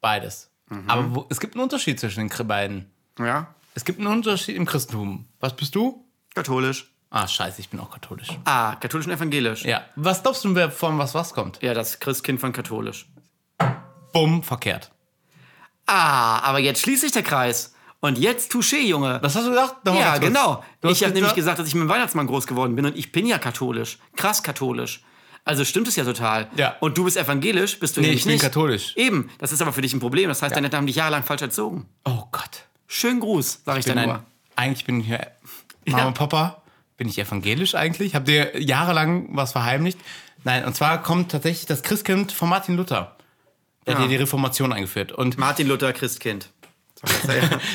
Speaker 1: Beides.
Speaker 2: Mhm.
Speaker 1: Aber wo, es gibt einen Unterschied zwischen den Kri- beiden.
Speaker 2: Ja.
Speaker 1: Es gibt einen Unterschied im Christentum. Was bist du?
Speaker 2: Katholisch.
Speaker 1: Ah, scheiße, ich bin auch katholisch.
Speaker 2: Ah, katholisch und evangelisch.
Speaker 1: Ja. Was glaubst du, wer von was was kommt?
Speaker 2: ja das Christkind von katholisch.
Speaker 1: Bumm, verkehrt.
Speaker 2: Ah, aber jetzt schließt sich der Kreis. Und jetzt Touché, Junge.
Speaker 1: Was hast du gesagt? Nochmal
Speaker 2: ja,
Speaker 1: ganz kurz.
Speaker 2: genau.
Speaker 1: Du hast
Speaker 2: Ich habe nämlich
Speaker 1: gesagt-
Speaker 2: gesagt, dass ich mit dem Weihnachtsmann groß geworden bin und ich bin ja katholisch. Krass katholisch. Also stimmt es ja total.
Speaker 1: Ja.
Speaker 2: Und du bist evangelisch, bist du nee, nämlich
Speaker 1: ich bin
Speaker 2: nicht.
Speaker 1: katholisch.
Speaker 2: Eben, das ist aber für dich ein Problem. Das heißt, deine Eltern haben dich jahrelang falsch erzogen.
Speaker 1: Oh Gott.
Speaker 2: Schönen Gruß, sag ich,
Speaker 1: bin
Speaker 2: dann
Speaker 1: ein,
Speaker 2: nur.
Speaker 1: eigentlich bin ich ja- Mama
Speaker 2: Ja.
Speaker 1: und Papa, bin ich evangelisch eigentlich? Habt ihr jahrelang was verheimlicht? Nein, und zwar kommt tatsächlich das Christkind von Martin Luther. Der hat
Speaker 2: Ja.
Speaker 1: ja die Reformation eingeführt. Und
Speaker 2: Martin Luther, Christkind.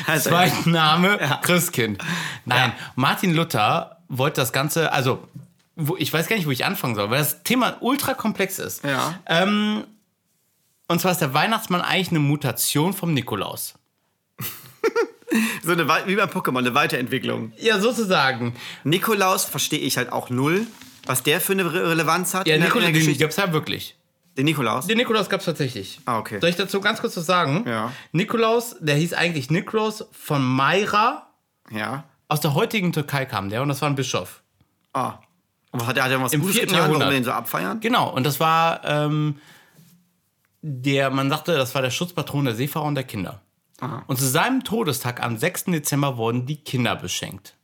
Speaker 2: Also,
Speaker 1: zweiter Name, Christkind. Nein, Martin Luther wollte das Ganze, also wo, ich weiß gar nicht, wo ich anfangen soll, weil das Thema ultra komplex ist. Ähm,
Speaker 2: ja.
Speaker 1: Und zwar ist der Weihnachtsmann eigentlich eine Mutation vom Nikolaus.
Speaker 2: So eine, Wei- wie beim Pokémon, eine Weiterentwicklung.
Speaker 1: Ja, sozusagen.
Speaker 2: Nikolaus verstehe ich halt auch null, was der für eine Re Relevanz hat.
Speaker 1: Ja,
Speaker 2: in der- in
Speaker 1: Nikolaus,
Speaker 2: der
Speaker 1: den
Speaker 2: Geschichte.
Speaker 1: gab's ja wirklich.
Speaker 2: Den Nikolaus?
Speaker 1: Den Nikolaus gab es tatsächlich.
Speaker 2: Ah, okay.
Speaker 1: Soll ich dazu ganz kurz was sagen?
Speaker 2: Ja.
Speaker 1: Nikolaus, der hieß eigentlich Nikolaus von Myra,
Speaker 2: Ja.
Speaker 1: aus der heutigen Türkei kam der und das war ein Bischof.
Speaker 2: Ah. Aber hat er hat ja was Im Gutes
Speaker 1: vierten
Speaker 2: getan, warum
Speaker 1: Jahrhundert.
Speaker 2: wir den so abfeiern?
Speaker 1: Genau, und das war ähm, der, man sagte, das war der Schutzpatron der Seefahrer und der Kinder. Und zu seinem Todestag am 6. Dezember wurden die Kinder beschenkt.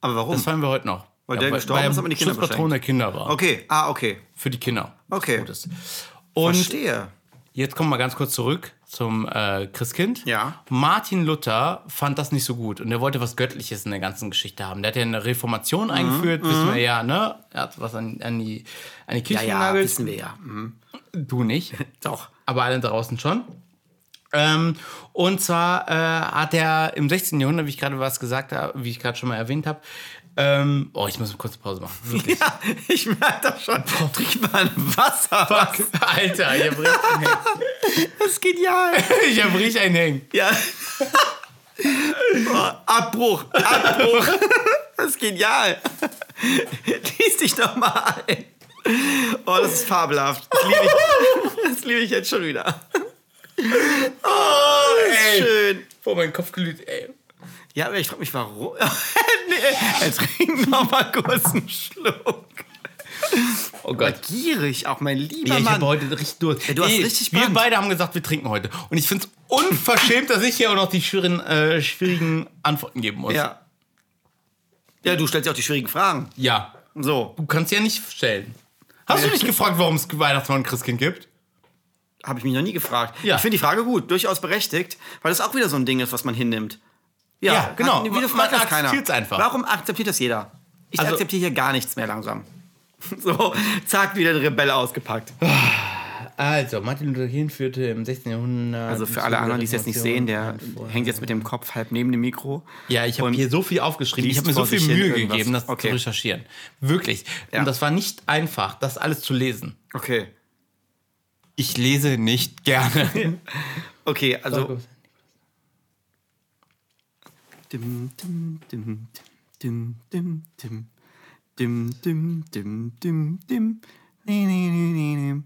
Speaker 2: Aber warum?
Speaker 1: Das feiern wir heute noch.
Speaker 2: Weil der gestorben ist, haben wir die Kinder
Speaker 1: Schutzpatron der Kinder war.
Speaker 2: okay, ah, okay.
Speaker 1: Für die Kinder.
Speaker 2: Okay.
Speaker 1: Todes.
Speaker 2: Hm.
Speaker 1: Und
Speaker 2: Verstehe.
Speaker 1: Jetzt kommen wir ganz kurz zurück zum äh, Christkind.
Speaker 2: Ja.
Speaker 1: Martin Luther fand das nicht so gut und er wollte was Göttliches in der ganzen Geschichte haben. Der hat ja eine Reformation
Speaker 2: Mhm,
Speaker 1: eingeführt, wissen wir ja, ne? Er hat was an, an die, an die Kirche genagelt.
Speaker 2: wissen wir ja. Mhm.
Speaker 1: Du nicht,
Speaker 2: Doch.
Speaker 1: aber alle draußen schon. Ähm, und zwar äh, hat er im 16. Jahrhundert, wie ich gerade was gesagt habe, wie ich gerade schon mal erwähnt habe, ähm, oh, ich muss eine kurze Pause machen. Wirklich.
Speaker 2: Ja, ich merke das schon. Trink mal ein Wasser.
Speaker 1: Fuck, Alter, ich hab richtig einen Hängen.
Speaker 2: Das ist genial.
Speaker 1: Ich hab richtig einen Hängen.
Speaker 2: Ja. Boah, Abbruch. Abbruch. Das ist genial. Lies dich doch mal ein. Oh, das ist fabelhaft. Das liebe ich, das liebe ich jetzt schon wieder. Oh, das ist
Speaker 1: Ey.
Speaker 2: schön.
Speaker 1: Vor meinen Kopf glüht, ey.
Speaker 2: Ja, aber ich frage mich, warum. nee, er trinkt noch mal kurz einen Schluck.
Speaker 1: Oh Gott.
Speaker 2: Gierig, auch mein lieber
Speaker 1: Ja, ich
Speaker 2: Mann.
Speaker 1: habe heute richtig durch.
Speaker 2: Ja, du hast richtig
Speaker 1: Wir
Speaker 2: Brand.
Speaker 1: beide haben gesagt, wir trinken heute. Und ich finde es unverschämt, dass ich hier auch noch die schwierigen, äh, schwierigen Antworten geben muss.
Speaker 2: Ja. Ja, du stellst ja auch die schwierigen Fragen.
Speaker 1: Ja.
Speaker 2: So,
Speaker 1: Du kannst ja nicht stellen. Hast du
Speaker 2: Nee.
Speaker 1: dich gefragt, warum es Weihnachtsmann und Christkind gibt?
Speaker 2: habe ich mich noch nie gefragt.
Speaker 1: Ja.
Speaker 2: Ich finde die Frage gut, durchaus berechtigt, weil das auch wieder so ein Ding ist, was man hinnimmt.
Speaker 1: Ja, genau.
Speaker 2: Hat, wieder
Speaker 1: Man
Speaker 2: fragt das keiner.
Speaker 1: akzeptiert's einfach.
Speaker 2: Warum akzeptiert das jeder? Ich
Speaker 1: Also-
Speaker 2: akzeptiere hier gar nichts mehr langsam. So, zack, wieder der Rebelle ausgepackt.
Speaker 1: Also, Martin Luther King führte im 16. Jahrhundert.
Speaker 2: Also für alle anderen, die es jetzt nicht sehen, der hängt jetzt mit dem Kopf halb neben dem Mikro.
Speaker 1: Ja, ich habe
Speaker 2: Und-
Speaker 1: hier so viel aufgeschrieben. Ich
Speaker 2: liest
Speaker 1: habe mir so
Speaker 2: vor
Speaker 1: viel
Speaker 2: sich hin
Speaker 1: Mühe
Speaker 2: irgendwas.
Speaker 1: gegeben, das
Speaker 2: Okay.
Speaker 1: zu recherchieren. Wirklich.
Speaker 2: Ja.
Speaker 1: Und das war nicht einfach, das alles zu lesen.
Speaker 2: Okay.
Speaker 1: Ich lese nicht gerne.
Speaker 2: Okay, also. Dim, dim, dim, dim, dim, dim. Dim, dim, dim, dim, dim. Nee, nee, nee, nee, nee.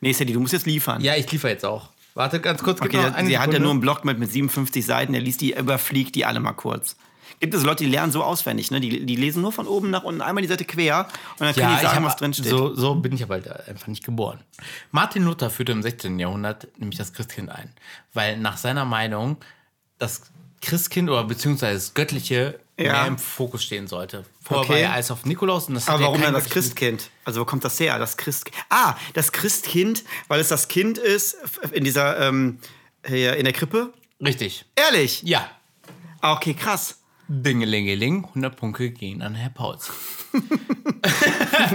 Speaker 2: Nee, Sadie, du musst jetzt liefern.
Speaker 1: Ja, ich liefere jetzt auch. Warte ganz kurz. gib
Speaker 2: okay,
Speaker 1: noch
Speaker 2: da-
Speaker 1: eine
Speaker 2: sie hat ja
Speaker 1: Sekunde.
Speaker 2: nur einen Blog mit, mit 57 Seiten, der liest die, überfliegt die alle mal kurz. Gibt es Leute, die lernen so auswendig, ne? Die, die lesen nur von oben nach unten einmal die Seite quer und dann können die sagen,
Speaker 1: hab-
Speaker 2: was drin steht.
Speaker 1: So, so bin ich aber halt einfach nicht geboren. Martin Luther führte im 16. Jahrhundert nämlich das Christkind ein, weil nach seiner Meinung das Christkind oder beziehungsweise das Göttliche
Speaker 2: Ja.
Speaker 1: mehr im Fokus stehen sollte. Vorher
Speaker 2: Okay.
Speaker 1: war er als auf Nikolaus und das hat
Speaker 2: Aber
Speaker 1: ja
Speaker 2: warum
Speaker 1: keinen
Speaker 2: dann das
Speaker 1: wirklichen-
Speaker 2: Christkind? Also wo kommt das her? Das Christ Ah, das Christkind, weil es das Kind ist f- in dieser ähm, hier in der Krippe.
Speaker 1: Richtig.
Speaker 2: Ehrlich?
Speaker 1: Ja.
Speaker 2: Ah, okay, krass.
Speaker 1: Dingelingeling, 100 Punkte gehen an Herr Pauls.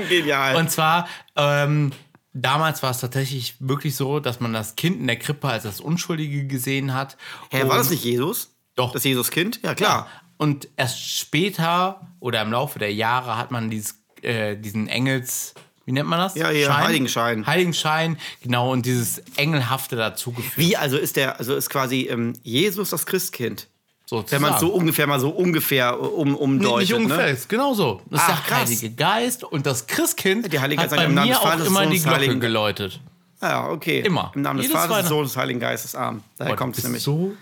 Speaker 2: Genial.
Speaker 1: Und zwar, ähm, damals war es tatsächlich wirklich so, dass man das Kind in der Krippe als das Unschuldige gesehen hat.
Speaker 2: Hä, war
Speaker 1: Und-
Speaker 2: das nicht Jesus?
Speaker 1: Doch.
Speaker 2: Das Jesuskind? Ja, klar.
Speaker 1: Und erst später oder im Laufe der Jahre hat man dieses, äh, diesen Engels, wie nennt man das?
Speaker 2: Ja, ja, Heiligenschein.
Speaker 1: Heiligenschein, genau, und dieses Engelhafte dazugefügt.
Speaker 2: Wie also ist der also ist quasi ähm, Jesus das Christkind? Wenn
Speaker 1: sozusagen.
Speaker 2: man es so ungefähr mal so ungefähr um
Speaker 1: Nee,
Speaker 2: umdeutet,
Speaker 1: nicht ungefähr,
Speaker 2: ne?
Speaker 1: ist genau so. Das
Speaker 2: Ach,
Speaker 1: ist der
Speaker 2: krass.
Speaker 1: Heilige Geist und das Christkind
Speaker 2: Der Heilige
Speaker 1: hat
Speaker 2: Geist
Speaker 1: bei
Speaker 2: im Namen
Speaker 1: mir
Speaker 2: des Vaters,
Speaker 1: auch immer
Speaker 2: des
Speaker 1: die
Speaker 2: Sohnes,
Speaker 1: Glocke
Speaker 2: Heiligen-
Speaker 1: geläutet.
Speaker 2: Ja, okay.
Speaker 1: Immer.
Speaker 2: Im Namen des
Speaker 1: Jedes
Speaker 2: Vaters,
Speaker 1: Weihnachten-
Speaker 2: des Sohnes, des Heiligen Geistes. Amen. Daher
Speaker 1: Gott,
Speaker 2: kommt
Speaker 1: du
Speaker 2: es
Speaker 1: bist
Speaker 2: nämlich.
Speaker 1: so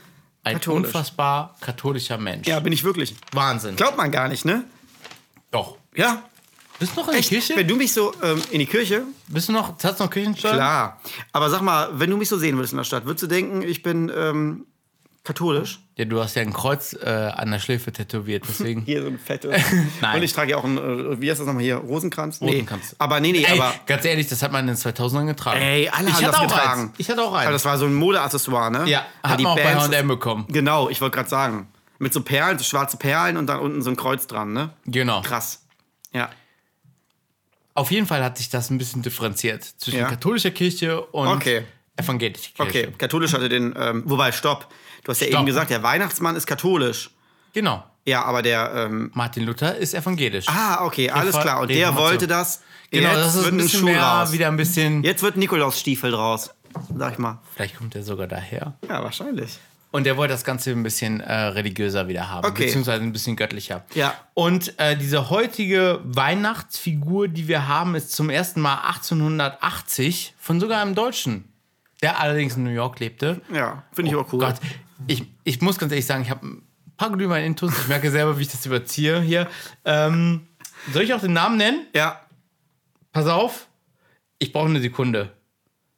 Speaker 1: ein
Speaker 2: Katholisch.
Speaker 1: unfassbar katholischer Mensch.
Speaker 2: Ja, bin ich wirklich.
Speaker 1: Wahnsinn.
Speaker 2: Glaubt man gar nicht, ne?
Speaker 1: Doch.
Speaker 2: Ja.
Speaker 1: Bist du noch in der Kirche?
Speaker 2: Wenn du mich so ähm, in die Kirche
Speaker 1: Bist du noch, hast du noch Kirchensteuer?
Speaker 2: Klar. Aber sag mal, wenn du mich so sehen würdest in der Stadt, würdest du denken, ich bin ähm, katholisch?
Speaker 1: Ja, du hast ja ein Kreuz äh, an der Schläfe tätowiert, deswegen.
Speaker 2: Hier so ein fettes.
Speaker 1: Nein.
Speaker 2: Nein. Und ich trage ja auch einen, äh, wie heißt das nochmal hier, Rosenkranz?
Speaker 1: Rosenkranz.
Speaker 2: Nee. Aber nee, nee,
Speaker 1: Ey,
Speaker 2: aber.
Speaker 1: ganz ehrlich, das hat man in den 2000ern getragen.
Speaker 2: Ey, alle haben
Speaker 1: ich hatte
Speaker 2: das
Speaker 1: auch
Speaker 2: getragen.
Speaker 1: Eins. Ich hatte auch eins.
Speaker 2: Aber das war so ein Modeaccessoire, ne?
Speaker 1: ja, hat
Speaker 2: die
Speaker 1: man auch bei
Speaker 2: Bands-
Speaker 1: H&M bekommen.
Speaker 2: Genau, ich wollte gerade sagen. Mit so Perlen, so schwarze Perlen und dann unten so ein Kreuz dran, ne?
Speaker 1: Genau.
Speaker 2: Krass. Ja.
Speaker 1: Auf jeden Fall hat sich das ein bisschen differenziert zwischen
Speaker 2: Ja.
Speaker 1: katholischer Kirche und
Speaker 2: Okay.
Speaker 1: evangelischer Kirche.
Speaker 2: Okay, katholisch hatte den. Ähm, wobei, stopp. Du hast ja
Speaker 1: Stopp.
Speaker 2: eben gesagt, der Weihnachtsmann ist katholisch.
Speaker 1: Genau.
Speaker 2: Ja, aber der. Ähm,
Speaker 1: Martin Luther ist evangelisch.
Speaker 2: ah, okay, alles klar. Und der
Speaker 1: Reformation.
Speaker 2: wollte das.
Speaker 1: genau,
Speaker 2: Jetzt
Speaker 1: das ist
Speaker 2: wird
Speaker 1: ein bisschen mehr,
Speaker 2: raus.
Speaker 1: wieder ein bisschen.
Speaker 2: Jetzt wird Nikolaus-Stiefel draus, sag ich mal.
Speaker 1: Vielleicht kommt er sogar daher.
Speaker 2: Ja, wahrscheinlich.
Speaker 1: Und er wollte das Ganze ein bisschen äh, religiöser wieder haben,
Speaker 2: Okay.
Speaker 1: beziehungsweise ein bisschen göttlicher.
Speaker 2: Ja.
Speaker 1: Und äh, diese heutige Weihnachtsfigur, die wir haben, ist zum ersten Mal 1880 von sogar einem Deutschen, der allerdings in New York lebte.
Speaker 2: Ja, finde ich auch Oh, cool.
Speaker 1: Oh Gott, ich, ich muss ganz ehrlich sagen, ich habe ein paar Glühwein-Intus. Ich merke selber, wie ich das überziehe hier. Ähm, soll ich auch den Namen nennen?
Speaker 2: Ja,
Speaker 1: Pass auf, ich brauche eine Sekunde.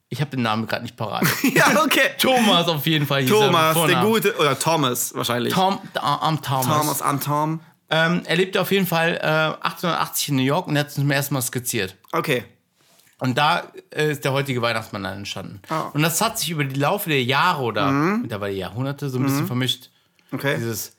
Speaker 1: Ich habe den Namen gerade nicht parat.
Speaker 2: ja okay.
Speaker 1: Thomas auf jeden Fall. hieß er mit
Speaker 2: Thomas, der
Speaker 1: Vornamen.
Speaker 2: Gute. Oder Thomas, wahrscheinlich.
Speaker 1: Tom, am Thomas.
Speaker 2: Thomas am Tom.
Speaker 1: Ähm, er lebte auf jeden Fall äh, 1880 in New York und hat es zum ersten Mal skizziert.
Speaker 2: Okay.
Speaker 1: Und da äh, ist der heutige Weihnachtsmann dann entstanden.
Speaker 2: Ah. Mhm.
Speaker 1: Und das hat sich über die Laufe der Jahre oder mittlerweile Jahrhunderte so ein bisschen vermischt.
Speaker 2: Okay.
Speaker 1: Dieses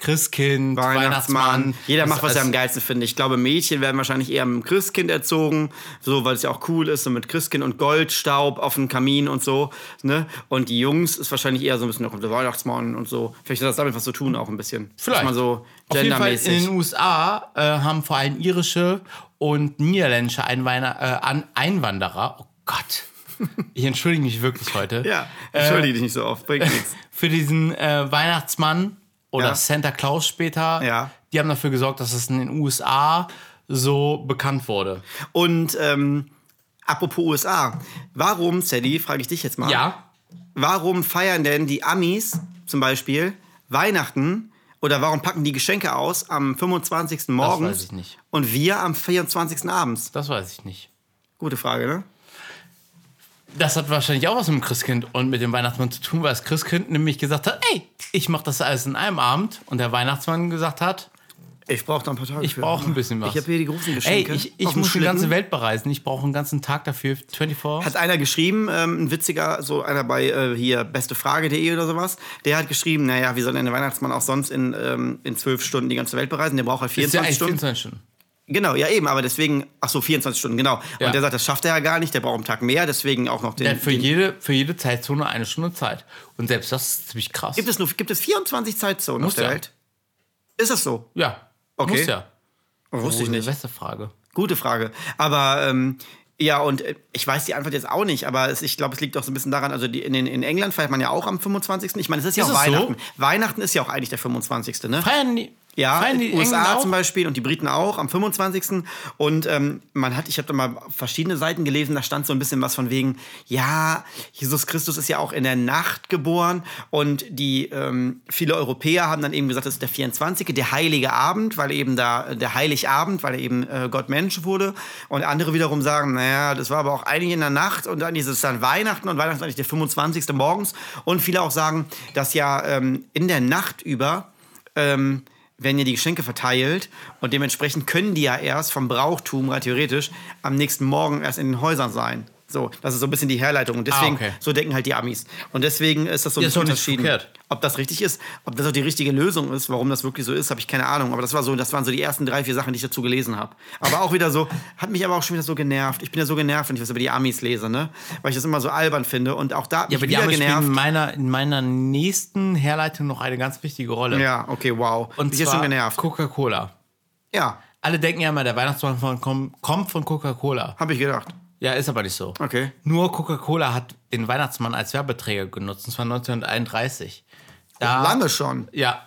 Speaker 1: Christkind,
Speaker 2: Weihnachtsmann.
Speaker 1: Weihnachtsmann.
Speaker 2: Jeder
Speaker 1: Das
Speaker 2: macht, was er
Speaker 1: als-
Speaker 2: am geilsten findet. Ich glaube, Mädchen werden wahrscheinlich eher mit Christkind erzogen, so weil es ja auch cool ist, so mit Christkind und Goldstaub auf dem Kamin und so. Ne? Und die Jungs ist wahrscheinlich eher so ein bisschen noch der Weihnachtsmann und so. Vielleicht hat das damit was zu tun, auch ein bisschen.
Speaker 1: Vielleicht.
Speaker 2: Dass man so
Speaker 1: Auf jeden Fall in den
Speaker 2: gendermäßig.
Speaker 1: USA äh, haben vor allem irische und niederländische Einweiner, äh, An Einwanderer, oh Gott, ich entschuldige mich wirklich heute,
Speaker 2: Ja, entschuldige dich nicht so oft, bringt nichts.
Speaker 1: für diesen äh, Weihnachtsmann oder
Speaker 2: Ja.
Speaker 1: Santa Claus später,
Speaker 2: Ja.
Speaker 1: die haben dafür gesorgt, dass es in den USA so bekannt wurde.
Speaker 2: Und ähm, apropos USA, warum, Sadie, frage ich dich jetzt mal,
Speaker 1: Ja,
Speaker 2: warum feiern denn die Amis zum Beispiel Weihnachten Oder warum packen die Geschenke aus am 25. morgens
Speaker 1: weiß ich nicht.
Speaker 2: und wir am 24. abends?
Speaker 1: Das weiß ich nicht.
Speaker 2: Gute Frage, ne?
Speaker 1: Das hat wahrscheinlich auch was mit dem Christkind und mit dem Weihnachtsmann zu tun, weil das Christkind nämlich gesagt hat, ey, ich mach das alles in einem Abend. Und der Weihnachtsmann gesagt hat,
Speaker 2: Ich brauche da ein paar Tage.
Speaker 1: ich brauche ein bisschen was.
Speaker 2: Ich habe hier die großen Geschenke.
Speaker 1: Ey, ich,
Speaker 2: auf
Speaker 1: ich
Speaker 2: dem
Speaker 1: muss die
Speaker 2: Schlitten.
Speaker 1: ganze Welt bereisen. Ich brauche einen ganzen Tag dafür, 24.
Speaker 2: Hat einer geschrieben, ähm, ein witziger, so einer bei äh, hier bestefrage.de oder sowas, der hat geschrieben, naja, wie soll denn der Weihnachtsmann auch sonst in, ähm, in zwölf Stunden die ganze Welt bereisen? Der braucht halt
Speaker 1: Ist ja
Speaker 2: 24
Speaker 1: eigentlich
Speaker 2: Stunden.
Speaker 1: 24 Stunden.
Speaker 2: Genau, ja eben, aber deswegen, ach so, 24 Stunden, genau.
Speaker 1: Ja.
Speaker 2: Und der sagt, das schafft er ja gar nicht, der braucht einen Tag mehr, deswegen auch noch den...
Speaker 1: Der hat für,
Speaker 2: den
Speaker 1: jede, für jede Zeitzone eine Stunde Zeit. Und selbst das ist ziemlich krass.
Speaker 2: gibt, es nur, gibt es 24 Zeitzonen auf
Speaker 1: Muss
Speaker 2: der
Speaker 1: ja.
Speaker 2: Welt? Ist das so?
Speaker 1: ja.
Speaker 2: Okay.
Speaker 1: Muss ja. Oh,
Speaker 2: Wusste ich nicht.
Speaker 1: Beste Frage.
Speaker 2: Gute Frage. Aber ähm, ja, und äh, ich weiß die Antwort jetzt auch nicht, aber es, ich glaube, es liegt auch so ein bisschen daran, also die, in, den- in England feiert man ja auch am 25. Ich meine, es ist ja
Speaker 1: Ist
Speaker 2: auch
Speaker 1: es so?
Speaker 2: Weihnachten. Weihnachten ist ja auch eigentlich der 25. Ne?
Speaker 1: Feiern die,
Speaker 2: Ja,
Speaker 1: feiern
Speaker 2: die
Speaker 1: die
Speaker 2: USA
Speaker 1: Engländer auch?
Speaker 2: zum Beispiel und die Briten auch am 25. Und ähm, man hat, ich habe da mal verschiedene Seiten gelesen, da stand so ein bisschen was von wegen, ja, Jesus Christus ist ja auch in der Nacht geboren und die ähm, viele Europäer haben dann eben gesagt, das ist der 24. der heilige Abend, weil eben da äh, der Heiligabend, weil eben äh, Gott Mensch wurde. Und andere wiederum sagen, naja, das war aber auch eigentlich in der Nacht und dann ist es dann Weihnachten und Weihnachten ist eigentlich der 25. morgens. Und viele auch sagen, dass ja ähm, in der Nacht über ähm, werden ja die Geschenke verteilt und dementsprechend können die ja erst vom Brauchtum rein theoretisch am nächsten Morgen erst in den Häusern sein. So, das ist so ein bisschen die Herleitung und deswegen,
Speaker 1: Ah, okay.
Speaker 2: so denken halt die Amis. Und deswegen ist das so ein
Speaker 1: Ja, ist
Speaker 2: bisschen
Speaker 1: doch nicht
Speaker 2: unterschieden.
Speaker 1: verkehrt.
Speaker 2: Ob das richtig ist, ob das auch die richtige Lösung ist, warum das wirklich so ist, habe ich keine Ahnung. Aber das war so, das waren so die ersten drei, vier Sachen, die ich dazu gelesen habe. Aber auch wieder so, hat mich aber auch schon wieder so genervt. Ich bin ja so genervt, wenn ich was über die Amis lese, ne? Weil ich das immer so albern finde. Und auch da hat
Speaker 1: Ja,
Speaker 2: mich
Speaker 1: aber die
Speaker 2: wieder
Speaker 1: Amis spielen
Speaker 2: genervt.
Speaker 1: in meiner, in meiner nächsten Herleitung noch eine ganz wichtige Rolle.
Speaker 2: Ja, okay, wow.
Speaker 1: Und
Speaker 2: mich
Speaker 1: zwar
Speaker 2: jetzt schon genervt.
Speaker 1: Coca-Cola.
Speaker 2: Ja,
Speaker 1: Alle denken ja immer, der Weihnachtsmann von, kommt, kommt von Coca-Cola.
Speaker 2: habe ich gedacht.
Speaker 1: Ja, ist aber nicht so.
Speaker 2: Okay.
Speaker 1: Nur Coca-Cola hat den Weihnachtsmann als Werbeträger genutzt, und zwar 1931. Da,
Speaker 2: Lange schon.
Speaker 1: Ja.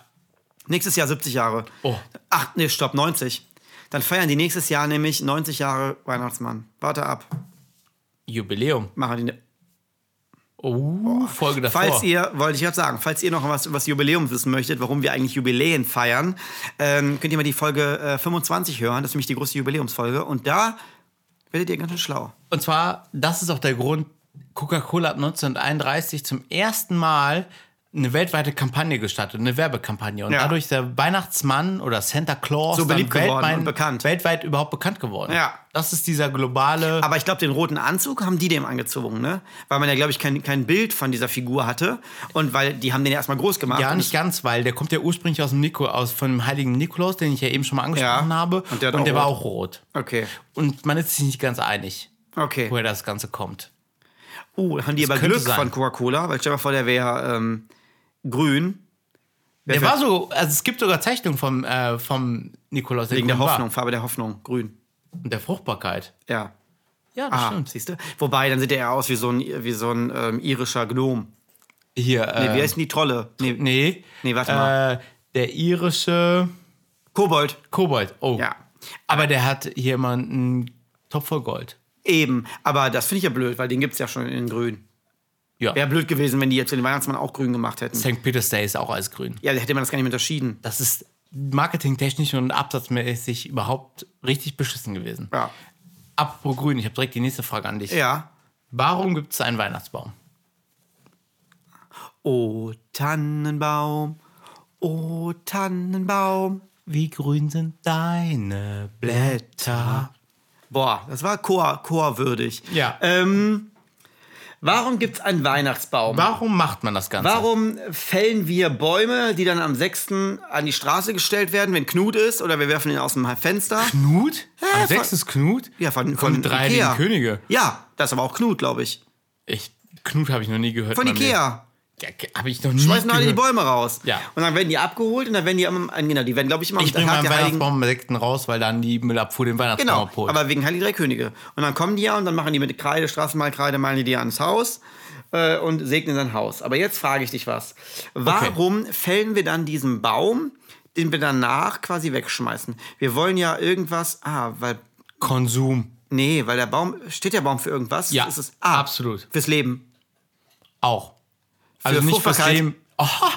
Speaker 2: Nächstes Jahr 70 Jahre.
Speaker 1: Oh.
Speaker 2: Ach, nee, stopp, 90. Dann feiern die nächstes Jahr nämlich 90 Jahre Weihnachtsmann. Warte ab.
Speaker 1: Jubiläum.
Speaker 2: Machen die ne
Speaker 1: Oh, Folge davor.
Speaker 2: Falls ihr, wollte ich gerade sagen, falls ihr noch was über das Jubiläum wissen möchtet, warum wir eigentlich Jubiläen feiern, ähm, könnt ihr mal die Folge äh, 25 hören. Das ist nämlich die große Jubiläumsfolge. Und da werdet ihr ganz schön schlau.
Speaker 1: Und zwar, das ist auch der Grund, Coca-Cola hat 1931 zum ersten Mal eine weltweite Kampagne gestartet, eine Werbekampagne. Und
Speaker 2: Ja.
Speaker 1: dadurch ist der Weihnachtsmann oder Santa Claus
Speaker 2: So
Speaker 1: dann
Speaker 2: beliebt geworden
Speaker 1: weltweit-
Speaker 2: und bekannt.
Speaker 1: weltweit überhaupt bekannt geworden.
Speaker 2: Ja.
Speaker 1: Das ist dieser globale.
Speaker 2: Aber ich glaube, den roten Anzug haben die dem angezogen, ne? Weil man ja, glaube ich, kein, kein Bild von dieser Figur hatte. Und weil die haben den ja erstmal groß gemacht.
Speaker 1: Ja,
Speaker 2: Und
Speaker 1: nicht ganz, weil der kommt ja ursprünglich aus dem Nico, aus von dem heiligen Nikolaus, den ich ja eben schon mal angesprochen
Speaker 2: Ja.
Speaker 1: habe.
Speaker 2: Und der hat auch
Speaker 1: war
Speaker 2: rot.
Speaker 1: auch rot.
Speaker 2: es- Okay.
Speaker 1: Und man ist sich nicht ganz einig,
Speaker 2: Okay.
Speaker 1: woher das Ganze kommt.
Speaker 2: Oh, haben die aber
Speaker 1: könnte
Speaker 2: Glück
Speaker 1: sein.
Speaker 2: von Coca-Cola, weil stell dir mal vor, der wäre ähm, grün.
Speaker 1: Der
Speaker 2: wär-
Speaker 1: war so, also es gibt sogar Zeichnungen vom, äh, vom Nikolaus.
Speaker 2: Wegen der
Speaker 1: grün war.
Speaker 2: Hoffnung, Farbe der Hoffnung, grün.
Speaker 1: Und der Fruchtbarkeit.
Speaker 2: Ja.
Speaker 1: Ja, das
Speaker 2: Ah,
Speaker 1: stimmt.
Speaker 2: siehst du? Wobei, dann sieht er eher aus wie so ein, wie so ein ähm, irischer Gnom.
Speaker 1: Hier, äh,
Speaker 2: Wie Ah. heißen die Trolle? Nee,
Speaker 1: nee,
Speaker 2: Nee, warte
Speaker 1: äh,
Speaker 2: mal.
Speaker 1: Der irische
Speaker 2: Äh. Kobold.
Speaker 1: Kobold. Oh.
Speaker 2: Ja.
Speaker 1: Aber der hat hier immer einen Topf voll Gold.
Speaker 2: Eben. Aber das finde ich ja blöd, weil den gibt es ja schon in grün.
Speaker 1: Ja.
Speaker 2: Wäre blöd gewesen, wenn die jetzt den Weihnachtsmann auch grün gemacht hätten.
Speaker 1: St. Peter's Day ist auch alles grün.
Speaker 2: Ja, dann hätte man das gar nicht mehr unterschieden.
Speaker 1: Das ist marketingtechnisch und absatzmäßig überhaupt richtig beschissen gewesen.
Speaker 2: Ja.
Speaker 1: Apropos grün, ich habe direkt die nächste Frage an dich.
Speaker 2: Ja.
Speaker 1: Warum gibt es einen Weihnachtsbaum?
Speaker 2: Oh, Tannenbaum. Oh, Tannenbaum.
Speaker 1: Wie grün sind deine Blätter?
Speaker 2: Boah, das war Chor, chorwürdig.
Speaker 1: Ja.
Speaker 2: Ähm, warum gibt es einen Weihnachtsbaum?
Speaker 1: Warum macht man das Ganze?
Speaker 2: Warum fällen wir Bäume, die dann am 6. an die Straße gestellt werden, wenn Knut ist, oder wir werfen ihn aus dem Fenster?
Speaker 1: Knut? Am
Speaker 2: von-
Speaker 1: sechsten Knut?
Speaker 2: Ja, von,
Speaker 1: Von
Speaker 2: von
Speaker 1: drei heiligen
Speaker 2: Ikea.
Speaker 1: Könige.
Speaker 2: Ja, das ist aber auch Knut, glaube ich.
Speaker 1: Ich, Knut habe ich noch nie gehört.
Speaker 2: Von
Speaker 1: bei mir.
Speaker 2: Ikea.
Speaker 1: Ja, habe ich noch nie
Speaker 2: Schmeißen alle die
Speaker 1: gehört.
Speaker 2: Bäume raus.
Speaker 1: Ja.
Speaker 2: Und dann werden die abgeholt und dann werden die am, genau, die werden, glaube ich, immer am
Speaker 1: Ich bringe
Speaker 2: Tag
Speaker 1: meinen
Speaker 2: der Heiligen-
Speaker 1: Weihnachtsbaum am sechsten raus, weil dann die Müllabfuhr den Weihnachtsbaum
Speaker 2: Genau,
Speaker 1: abholt.
Speaker 2: aber wegen Heilige Drei Könige. Und dann kommen die ja und dann machen die mit Kreide, Straßenmalkreide, malen die die ans Haus äh, und segnen sein Haus. Aber jetzt frage ich dich was. Warum fällen wir dann diesen Baum, den wir danach quasi wegschmeißen? Wir wollen ja irgendwas, ah, weil,
Speaker 1: Konsum
Speaker 2: nee, weil der Baum, steht der Baum für irgendwas?
Speaker 1: Ja,
Speaker 2: Ist es, ah,
Speaker 1: absolut.
Speaker 2: Fürs Leben.
Speaker 1: auch. Also nicht fürs
Speaker 2: Fruchtbarkeit.
Speaker 1: Leben. Aha,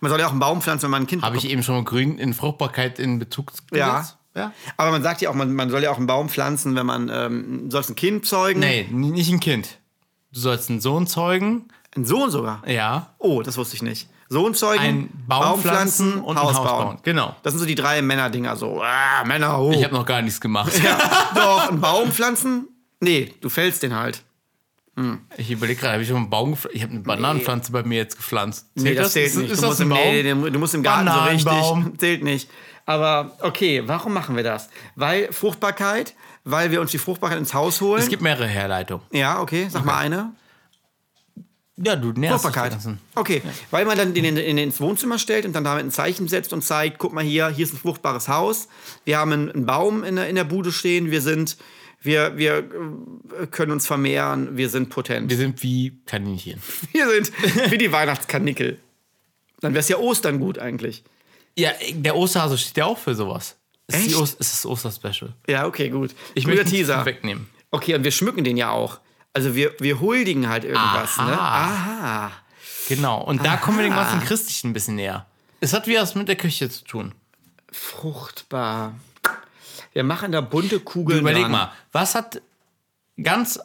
Speaker 2: Man soll ja auch einen Baum pflanzen, wenn man ein Kind
Speaker 1: Habe ich eben schon mal grün in Fruchtbarkeit in Bezug
Speaker 2: Ja.
Speaker 1: gesetzt? ja.
Speaker 2: Aber man sagt ja auch, man, man soll ja auch einen Baum pflanzen, wenn man ähm, sollst ein Kind zeugen.
Speaker 1: Nee, n- nicht ein Kind. Du sollst einen Sohn zeugen.
Speaker 2: Ein Sohn sogar.
Speaker 1: Ja.
Speaker 2: Oh, das wusste ich nicht. Sohn zeugen,
Speaker 1: Einen Baum pflanzen und ein Haus bauen. Genau.
Speaker 2: Das sind so die drei Männerdinger so. Ah, Männer hoch.
Speaker 1: Ich habe noch gar nichts gemacht.
Speaker 2: ja, doch, einen Baum pflanzen? Nee, du fällst den halt.
Speaker 1: Ich überlege gerade, habe ich schon einen Baum gepfl- Ich habe eine Bananenpflanze bei mir jetzt gepflanzt.
Speaker 2: Nee, das, zählt
Speaker 1: Ist-
Speaker 2: nicht.
Speaker 1: Ist
Speaker 2: du,
Speaker 1: das
Speaker 2: musst
Speaker 1: ein
Speaker 2: im,
Speaker 1: Baum?
Speaker 2: nee, nee, du musst im Garten so
Speaker 1: Bananenbaum.
Speaker 2: richtig. Zählt nicht. Aber okay, warum machen wir das? Weil Fruchtbarkeit, weil wir uns die Fruchtbarkeit ins Haus holen.
Speaker 1: Es gibt mehrere Herleitungen.
Speaker 2: ja, okay, sag mal eine.
Speaker 1: Ja, du nervst dich
Speaker 2: Fruchtbarkeit.
Speaker 1: ganzen.
Speaker 2: Okay, weil man dann den in, in, ins Wohnzimmer stellt und dann damit ein Zeichen setzt und zeigt, guck mal hier, hier ist ein fruchtbares Haus. Wir haben einen, einen Baum in der, in der Bude stehen. Wir sind, wir, wir äh, können uns vermehren. Wir sind potent.
Speaker 1: Wir sind wie Kaninchen.
Speaker 2: Wir sind wie die Weihnachtskanickel. Dann wäre es ja Ostern gut eigentlich.
Speaker 1: Ja, der Osterhase steht ja auch für sowas. Es Ist, die
Speaker 2: Echt?
Speaker 1: Ost- es ist das Osterspecial.
Speaker 2: Ja, okay, gut.
Speaker 1: Ich
Speaker 2: Guter
Speaker 1: möchte Teaser. wegnehmen.
Speaker 2: Okay, und wir schmücken den ja auch. Also wir, wir huldigen halt irgendwas,
Speaker 1: Aha.
Speaker 2: ne? Aha.
Speaker 1: Genau. Und da kommen wir
Speaker 2: Ah.
Speaker 1: dem ganzen Christlichen ein bisschen näher. Es hat wieder was mit der Küche zu tun.
Speaker 2: Fruchtbar. Wir machen da bunte Kugeln.
Speaker 1: Überleg
Speaker 2: dran.
Speaker 1: mal, was hat ganz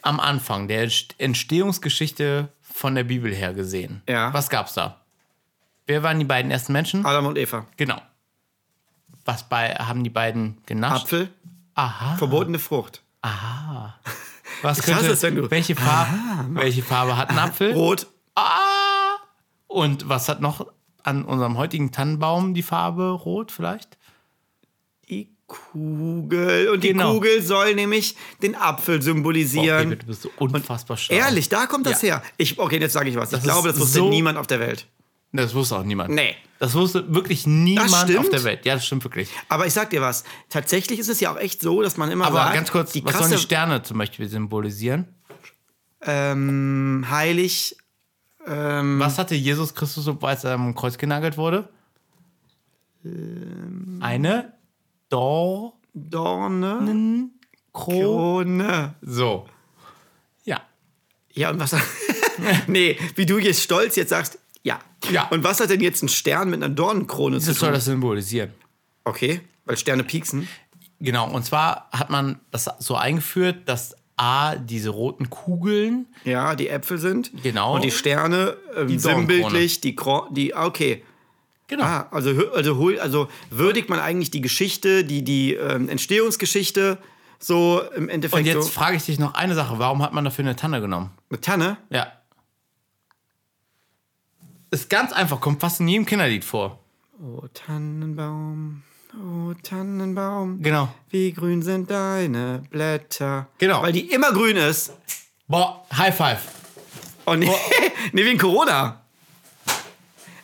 Speaker 1: am Anfang der Ent- Entstehungsgeschichte von der Bibel her gesehen?
Speaker 2: Ja. Ah.
Speaker 1: Was gab's da? Wer waren die beiden ersten Menschen?
Speaker 2: Adam und Eva.
Speaker 1: Genau. Was bei, haben die beiden genascht?
Speaker 2: Apfel,
Speaker 1: Aha.
Speaker 2: verbotene Frucht.
Speaker 1: Was
Speaker 2: hasse
Speaker 1: könnte,
Speaker 2: es, wenn du- Ah,
Speaker 1: welche, Farbe, welche Farbe hat ein Apfel?
Speaker 2: Rot.
Speaker 1: Ah! Und was hat noch an unserem heutigen Tannenbaum die Farbe rot vielleicht?
Speaker 2: Die Kugel. Und die
Speaker 1: Genau.
Speaker 2: Kugel soll nämlich den Apfel symbolisieren.
Speaker 1: David, du bist so unfassbar schlau.
Speaker 2: Ehrlich, da kommt das
Speaker 1: Ja.
Speaker 2: her. Ich, okay, jetzt sage ich was.
Speaker 1: ist
Speaker 2: ich glaube, das wusste
Speaker 1: so-
Speaker 2: niemand auf der Welt.
Speaker 1: Das wusste auch niemand.
Speaker 2: Nee.
Speaker 1: Das wusste wirklich niemand auf
Speaker 2: stimmt?
Speaker 1: der Welt. Ja, das stimmt wirklich.
Speaker 2: Aber ich sag dir was. Tatsächlich ist es ja auch echt so, dass man immer
Speaker 1: Aber
Speaker 2: sagt,
Speaker 1: ganz kurz,
Speaker 2: die
Speaker 1: was sollen
Speaker 2: krasse
Speaker 1: die Sterne zum Beispiel symbolisieren?
Speaker 2: ähm, heilig Mhm. ähm,
Speaker 1: Was hatte Jesus Christus, als er am Kreuz genagelt wurde?
Speaker 2: Ähm.
Speaker 1: Eine Dornkrone.
Speaker 2: Dorne. Krone.
Speaker 1: So. Ja.
Speaker 2: Ja, und was. nee, wie du jetzt stolz jetzt sagst, ja.
Speaker 1: Ja.
Speaker 2: Und was hat denn jetzt ein Stern mit einer Dornenkrone zu
Speaker 1: Das soll
Speaker 2: tun?
Speaker 1: das symbolisieren.
Speaker 2: Okay, weil Sterne pieksen.
Speaker 1: Genau, und zwar hat man das so eingeführt, dass A, diese roten Kugeln,
Speaker 2: Ja, die Äpfel sind.
Speaker 1: Genau.
Speaker 2: Und die Sterne ähm, die
Speaker 1: Dornenkrone.
Speaker 2: sinnbildlich, die Kro die ah, okay.
Speaker 1: genau,
Speaker 2: Ah, also hö- also hol also würdigt man eigentlich die Geschichte, die die ähm, Entstehungsgeschichte so im Endeffekt
Speaker 1: Und jetzt
Speaker 2: so
Speaker 1: frage ich dich noch eine Sache: Warum hat man dafür eine Tanne genommen?
Speaker 2: eine Tanne.
Speaker 1: Ja. Ist ganz einfach, kommt fast in jedem Kinderlied vor.
Speaker 2: Oh Tannenbaum, oh Tannenbaum.
Speaker 1: Genau.
Speaker 2: Wie grün sind deine Blätter?
Speaker 1: Genau.
Speaker 2: Weil die immer grün ist.
Speaker 1: Boah, High Five.
Speaker 2: Oh nee, nee wegen Corona.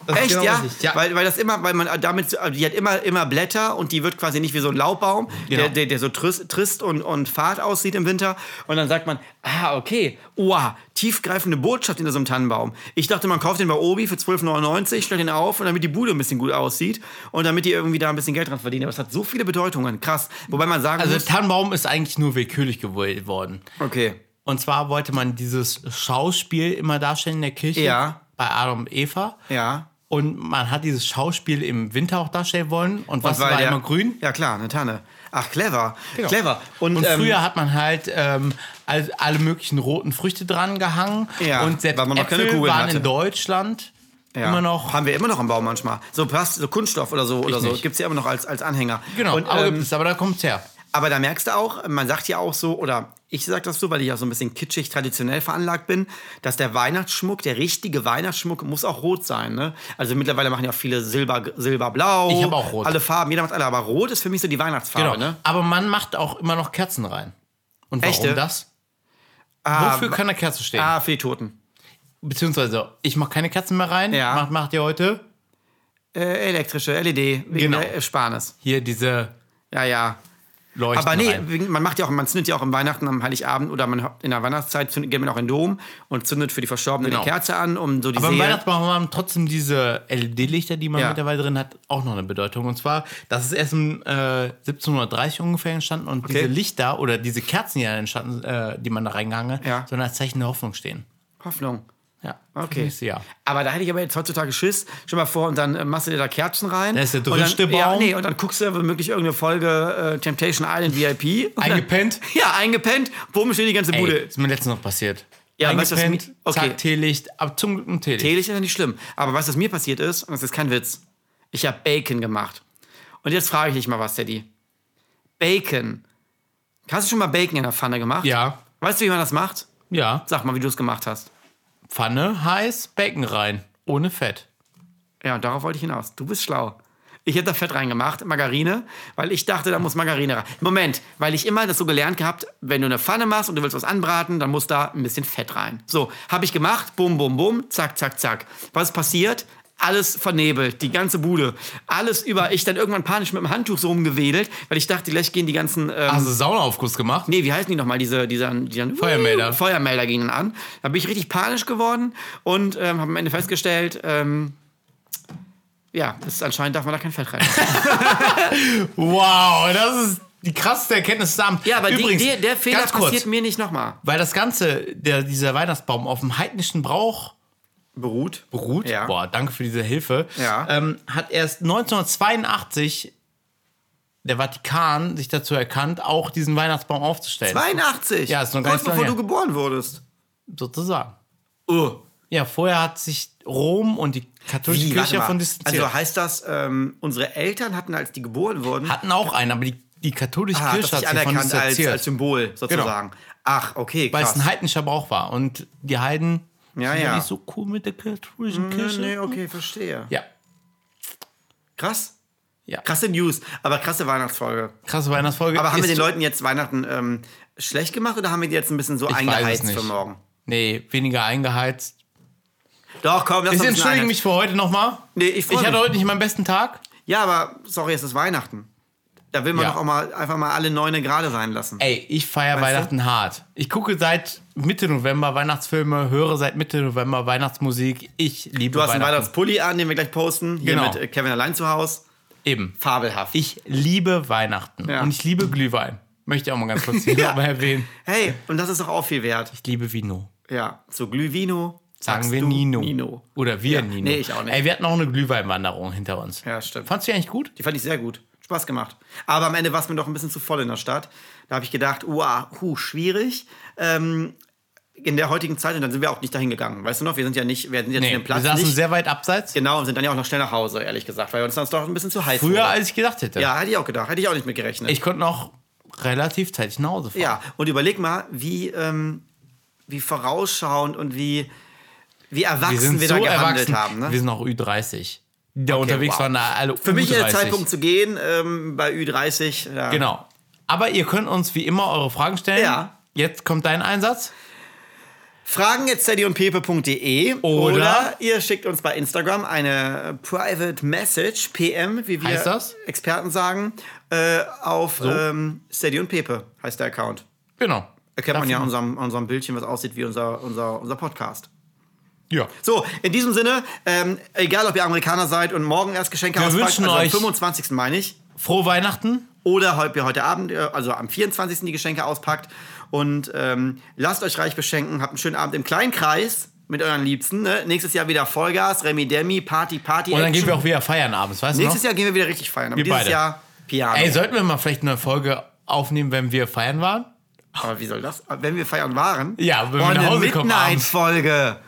Speaker 1: Das ist
Speaker 2: Echt,
Speaker 1: genau
Speaker 2: ja?
Speaker 1: richtig. ja.
Speaker 2: Weil, weil das immer, weil man damit, also die hat immer, immer Blätter und die wird quasi nicht wie so ein Laubbaum,
Speaker 1: Genau.
Speaker 2: der, der, der so trist, trist und, und fad aussieht im Winter. Und dann sagt man, ah, okay, wow, tiefgreifende Botschaft hinter so einem Tannenbaum. Ich dachte, man kauft den bei Obi für 12,99, stellt den auf und damit die Bude ein bisschen gut aussieht und damit die irgendwie da ein bisschen Geld dran verdienen. Aber es hat so viele Bedeutungen, krass. Wobei man sagen
Speaker 1: also,
Speaker 2: muss,
Speaker 1: der Tannenbaum ist eigentlich nur willkürlich gewählt worden.
Speaker 2: okay,
Speaker 1: Und zwar wollte man dieses Schauspiel immer darstellen in der Kirche
Speaker 2: Ja.
Speaker 1: bei Adam und Eva.
Speaker 2: ja.
Speaker 1: Und man hat dieses Schauspiel im Winter auch darstellen wollen. Und was war
Speaker 2: der-
Speaker 1: immer grün? Genau.
Speaker 2: Ja klar, eine Tanne. Ach, clever, clever. Und,
Speaker 1: Und
Speaker 2: ähm,
Speaker 1: früher hat man halt ähm, all- alle möglichen roten Früchte dran gehangen.
Speaker 2: Ja,
Speaker 1: und selbst
Speaker 2: weil man noch
Speaker 1: Äpfel
Speaker 2: keine Kugeln
Speaker 1: waren
Speaker 2: hatte.
Speaker 1: in Deutschland
Speaker 2: Ja.
Speaker 1: immer noch.
Speaker 2: Haben wir immer noch am Baum manchmal. So Plast, so Kunststoff oder so oder so.
Speaker 1: nicht.
Speaker 2: Gibt es ja immer noch als, als Anhänger.
Speaker 1: Genau,
Speaker 2: Und,
Speaker 1: aber, gibt
Speaker 2: ähm,
Speaker 1: es, aber da kommt es her.
Speaker 2: aber da merkst du auch, man sagt ja auch so, oder ich sag das so, weil ich ja so ein bisschen kitschig traditionell veranlagt bin, dass der Weihnachtsschmuck, der richtige Weihnachtsschmuck, muss auch rot sein. Ne? Also mittlerweile machen ja viele Silber, Silberblau.
Speaker 1: Ich hab auch rot.
Speaker 2: Alle Farben, jeder macht alle, aber rot ist für mich so die Weihnachtsfarbe.
Speaker 1: Genau.
Speaker 2: Ne?
Speaker 1: Aber man macht auch immer noch Kerzen rein. Und warum
Speaker 2: Echte?
Speaker 1: das? Wofür kann eine Kerze stehen?
Speaker 2: Ah, für die Toten.
Speaker 1: Beziehungsweise, ich mache keine Kerzen mehr rein.
Speaker 2: Ja.
Speaker 1: Macht, macht ihr heute
Speaker 2: Äh, elektrische, LED, wegen
Speaker 1: Genau.
Speaker 2: der Ersparnis.
Speaker 1: hier diese
Speaker 2: Ja, ja.
Speaker 1: Leuchten
Speaker 2: Aber nee,
Speaker 1: rein?
Speaker 2: wegen- man macht ja auch, man zündet ja auch am Weihnachten, am Heiligabend oder man hat- in der Weihnachtszeit zündet, geht man auch in den Dom und zündet für die Verstorbenen
Speaker 1: Genau.
Speaker 2: eine Kerze an, um so die
Speaker 1: Aber im
Speaker 2: Seele.
Speaker 1: Weihnachtsbaum haben trotzdem diese LED-Lichter, die man
Speaker 2: Ja.
Speaker 1: mittlerweile drin hat, auch noch eine Bedeutung. Und zwar, das ist erst im äh, 1730 ungefähr entstanden und diese Lichter oder diese Kerzen, die da entstanden, äh, die man da reingehangen hat,
Speaker 2: Ja.
Speaker 1: sollen als Zeichen der Hoffnung stehen.
Speaker 2: Hoffnung.
Speaker 1: Ja.
Speaker 2: Okay.
Speaker 1: Nächstes Jahr.
Speaker 2: Aber da hätte ich aber jetzt heutzutage Schiss. Stell mal vor, und dann äh, machst du dir da Kerzen rein.
Speaker 1: Da ist der
Speaker 2: Und dann-
Speaker 1: dritte
Speaker 2: Ja,
Speaker 1: Baum.
Speaker 2: nee, und dann guckst du womöglich irgendeine Folge äh, Temptation Island VIP. Und
Speaker 1: Eingepennt?
Speaker 2: Dann, ja, eingepennt. Bumm, steht die ganze
Speaker 1: Ey,
Speaker 2: Bude.
Speaker 1: ist mir letztens noch passiert.
Speaker 2: Ja, weißt du, was
Speaker 1: Eingepennt,
Speaker 2: mi- okay.
Speaker 1: zack, Teelicht, ab zum guten Teelicht.
Speaker 2: Ehrlich ist ja nicht schlimm. Aber was das mir passiert ist, und das ist kein Witz, ich habe Bacon gemacht. Und jetzt frage ich dich mal was, Teddy. Bacon. Hast du schon mal Bacon in der Pfanne gemacht?
Speaker 1: ja,
Speaker 2: Weißt du, wie man das macht?
Speaker 1: ja.
Speaker 2: Sag mal, wie du es gemacht hast.
Speaker 1: Pfanne, heiß, Becken rein, ohne Fett.
Speaker 2: Ja, und darauf wollte ich hinaus. Du bist schlau. Ich hätte da Fett reingemacht, Margarine, weil ich dachte, da muss Margarine rein. Moment, weil ich immer das so gelernt gehabt, wenn du eine Pfanne machst und du willst was anbraten, dann muss da ein bisschen Fett rein. So, habe ich gemacht, bum, bum, bum, zack, zack, zack. Was passiert? Alles vernebelt, die ganze Bude. Alles über, ich dann irgendwann panisch mit dem Handtuch so rumgewedelt, weil ich dachte, gleich gehen die ganzen... Ähm,
Speaker 1: Hast du Saunaaufguss gemacht?
Speaker 2: Nee, wie heißen die nochmal? Diese, diese, diese
Speaker 1: Feuermelder.
Speaker 2: Feuermelder gingen an. Da bin ich richtig panisch geworden und ähm, habe am Ende festgestellt, ähm, ja, das ist, anscheinend darf man da kein Fett rein.
Speaker 1: Wow, das ist die krasseste Erkenntnis zusammen.
Speaker 2: ja, aber
Speaker 1: Übrigens,
Speaker 2: die, der, der Fehler
Speaker 1: ganz kurz,
Speaker 2: passiert mir nicht nochmal.
Speaker 1: Weil das Ganze, der, dieser Weihnachtsbaum auf dem heidnischen Brauch
Speaker 2: Beruht?
Speaker 1: beruht,
Speaker 2: Ja.
Speaker 1: boah, danke für diese Hilfe,
Speaker 2: Ja.
Speaker 1: ähm, hat erst 1982 der Vatikan sich dazu erkannt, auch diesen Weihnachtsbaum aufzustellen.
Speaker 2: 82.
Speaker 1: Ja, ist noch gar
Speaker 2: Kurz
Speaker 1: nicht so
Speaker 2: bevor
Speaker 1: lange
Speaker 2: du geboren wurdest.
Speaker 1: Sozusagen.
Speaker 2: Uh,
Speaker 1: Ja, vorher hat sich Rom und Oh, die katholische
Speaker 2: wie, warte
Speaker 1: Kirche
Speaker 2: mal.
Speaker 1: von distanziert.
Speaker 2: Also heißt das, ähm, unsere Eltern hatten, als die geboren wurden,
Speaker 1: hatten auch einen, aber die, die katholische
Speaker 2: ah, das
Speaker 1: Kirche hat
Speaker 2: nicht
Speaker 1: sich von
Speaker 2: anerkannt als,
Speaker 1: distanziert.
Speaker 2: als Symbol sozusagen. Ach, okay,
Speaker 1: weil
Speaker 2: krass.
Speaker 1: es ein heidnischer Brauch war. Und die Heiden
Speaker 2: Ja,
Speaker 1: sind
Speaker 2: ja.
Speaker 1: nicht so cool mit der katholischen
Speaker 2: nee,
Speaker 1: Kirche.
Speaker 2: nee, oh. okay, verstehe.
Speaker 1: Ja,
Speaker 2: Krass.
Speaker 1: ja.
Speaker 2: Krasse News, aber krasse Weihnachtsfolge.
Speaker 1: Krasse Weihnachtsfolge.
Speaker 2: Aber haben wir
Speaker 1: Ist-
Speaker 2: den Leuten jetzt Weihnachten ähm, schlecht gemacht oder haben wir die jetzt ein bisschen so
Speaker 1: weiß es
Speaker 2: eingeheizt
Speaker 1: nicht.
Speaker 2: für morgen?
Speaker 1: Nee, weniger eingeheizt.
Speaker 2: Doch, komm, lass
Speaker 1: Ich
Speaker 2: uns ein
Speaker 1: entschuldige
Speaker 2: bisschen
Speaker 1: mich für heute nochmal.
Speaker 2: Nee, ich freu
Speaker 1: Ich hatte
Speaker 2: mich.
Speaker 1: heute nicht meinen besten Tag.
Speaker 2: Ja, aber sorry, es ist Weihnachten. Da will man
Speaker 1: Ja.
Speaker 2: doch auch mal einfach mal alle Neune gerade sein lassen.
Speaker 1: Ey, ich feiere Weihnachten hart. Ich gucke seit Mitte November Weihnachtsfilme, höre seit Mitte November Weihnachtsmusik. Ich liebe
Speaker 2: du hast einen
Speaker 1: Weihnachten.
Speaker 2: Weihnachtspulli an, den wir gleich posten. Hier
Speaker 1: Genau.
Speaker 2: mit äh, Kevin allein zu Hause.
Speaker 1: Eben.
Speaker 2: Fabelhaft.
Speaker 1: Ich liebe Weihnachten.
Speaker 2: Ja.
Speaker 1: Und ich liebe Glühwein. Möchte ich auch mal ganz kurz hier
Speaker 2: Ja.
Speaker 1: nochmal erwähnen.
Speaker 2: hey, und das ist doch auch viel wert.
Speaker 1: Ich liebe Vino.
Speaker 2: Ja, so Glühvino.
Speaker 1: Sagen
Speaker 2: sagst
Speaker 1: wir
Speaker 2: du
Speaker 1: Nino.
Speaker 2: Nino.
Speaker 1: Oder wir
Speaker 2: Ja,
Speaker 1: Nino.
Speaker 2: nee, ich auch nicht.
Speaker 1: Ey, wir hatten auch eine Glühweinwanderung hinter uns.
Speaker 2: Ja, stimmt.
Speaker 1: Fandst du die eigentlich gut?
Speaker 2: Die fand ich sehr gut. Spaß gemacht. Aber am Ende war es mir doch ein bisschen zu voll in der Stadt. Da habe ich gedacht, wow, hu, schwierig. Ähm, in der heutigen Zeit, und dann sind wir auch nicht dahin gegangen. Weißt du noch, wir sind ja nicht, wir sind jetzt in dem
Speaker 1: wir
Speaker 2: Platz
Speaker 1: saßen
Speaker 2: nicht.
Speaker 1: sehr weit abseits.
Speaker 2: genau, und sind dann ja auch noch schnell nach Hause, ehrlich gesagt, weil uns das doch ein bisschen zu heiß
Speaker 1: Früher,
Speaker 2: wurde.
Speaker 1: als ich gedacht hätte.
Speaker 2: Ja, hätte ich auch gedacht, hätte ich auch nicht mit gerechnet.
Speaker 1: Ich konnte noch relativ zeitig nach Hause fahren.
Speaker 2: ja, und überleg mal, wie, ähm, wie vorausschauend und wie, wie erwachsen wir,
Speaker 1: Wir sind
Speaker 2: da
Speaker 1: so
Speaker 2: gehandelt
Speaker 1: erwachsen.
Speaker 2: haben. Ne?
Speaker 1: Wir sind auch Ü30. Die Da unterwegs
Speaker 2: wow.
Speaker 1: waren da alle
Speaker 2: Für mich ist der
Speaker 1: U30.
Speaker 2: Zeitpunkt zu gehen, ähm, bei Ü30. Ja.
Speaker 1: Genau. Aber ihr könnt uns wie immer eure Fragen stellen.
Speaker 2: Ja.
Speaker 1: Jetzt kommt dein Einsatz.
Speaker 2: Fragen jetzt teddyundpepe.de
Speaker 1: Oder-
Speaker 2: E. ihr schickt uns bei Instagram eine äh, Private Message, PM, wie wir
Speaker 1: Heißt das?
Speaker 2: Experten sagen, äh, auf ähm, Steady und Pepe heißt der Account.
Speaker 1: Genau.
Speaker 2: Erkennt man
Speaker 1: Dafür-
Speaker 2: ja an unserem, an unserem Bildchen, was aussieht wie unser, unser, unser Podcast.
Speaker 1: Ja.
Speaker 2: So, in diesem Sinne, ähm, egal ob ihr Amerikaner seid und morgen erst Geschenke
Speaker 1: Wir
Speaker 2: auspackt,
Speaker 1: wünschen
Speaker 2: also
Speaker 1: euch-
Speaker 2: am 25. meine ich,
Speaker 1: Frohe Weihnachten.
Speaker 2: oder ob ihr heute Abend, äh, also am 24. die Geschenke auspackt. Und ähm, lasst euch reich beschenken. Habt einen schönen Abend im kleinen Kreis mit euren Liebsten. Ne? Nächstes Jahr wieder Vollgas, Remi Demi, Party, Party.
Speaker 1: Und dann gehen
Speaker 2: Action.
Speaker 1: wir auch wieder feiern abends, weißt du noch?
Speaker 2: Nächstes Jahr gehen wir wieder richtig feiern. Aber
Speaker 1: Wir
Speaker 2: dieses
Speaker 1: beide.
Speaker 2: Jahr Piano.
Speaker 1: Ey, sollten wir mal vielleicht eine Folge aufnehmen, wenn wir feiern waren?
Speaker 2: Aber wie soll das? Wenn wir feiern waren.
Speaker 1: Ja, wenn wir
Speaker 2: Boah,
Speaker 1: nach
Speaker 2: eine
Speaker 1: Hause kommen abends.
Speaker 2: Midnight-Folge.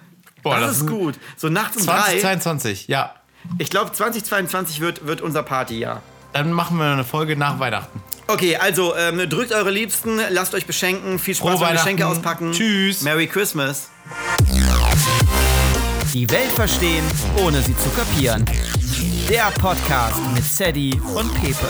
Speaker 1: Boah,
Speaker 2: das, ist gut. So nachts um drei.
Speaker 1: 2022, ja.
Speaker 2: Ich glaube, 2022 wird, wird unser Partyjahr.
Speaker 1: Dann machen wir eine Folge nach Weihnachten.
Speaker 2: Okay, also ähm, drückt eure Liebsten, lasst euch beschenken, viel Spaß
Speaker 1: Frohe
Speaker 2: beim Geschenke
Speaker 1: Weihnachten.
Speaker 2: auspacken.
Speaker 1: Tschüss.
Speaker 2: Merry Christmas.
Speaker 3: Die Welt verstehen, ohne sie zu kapieren. Der Podcast mit Sadie und Pepe.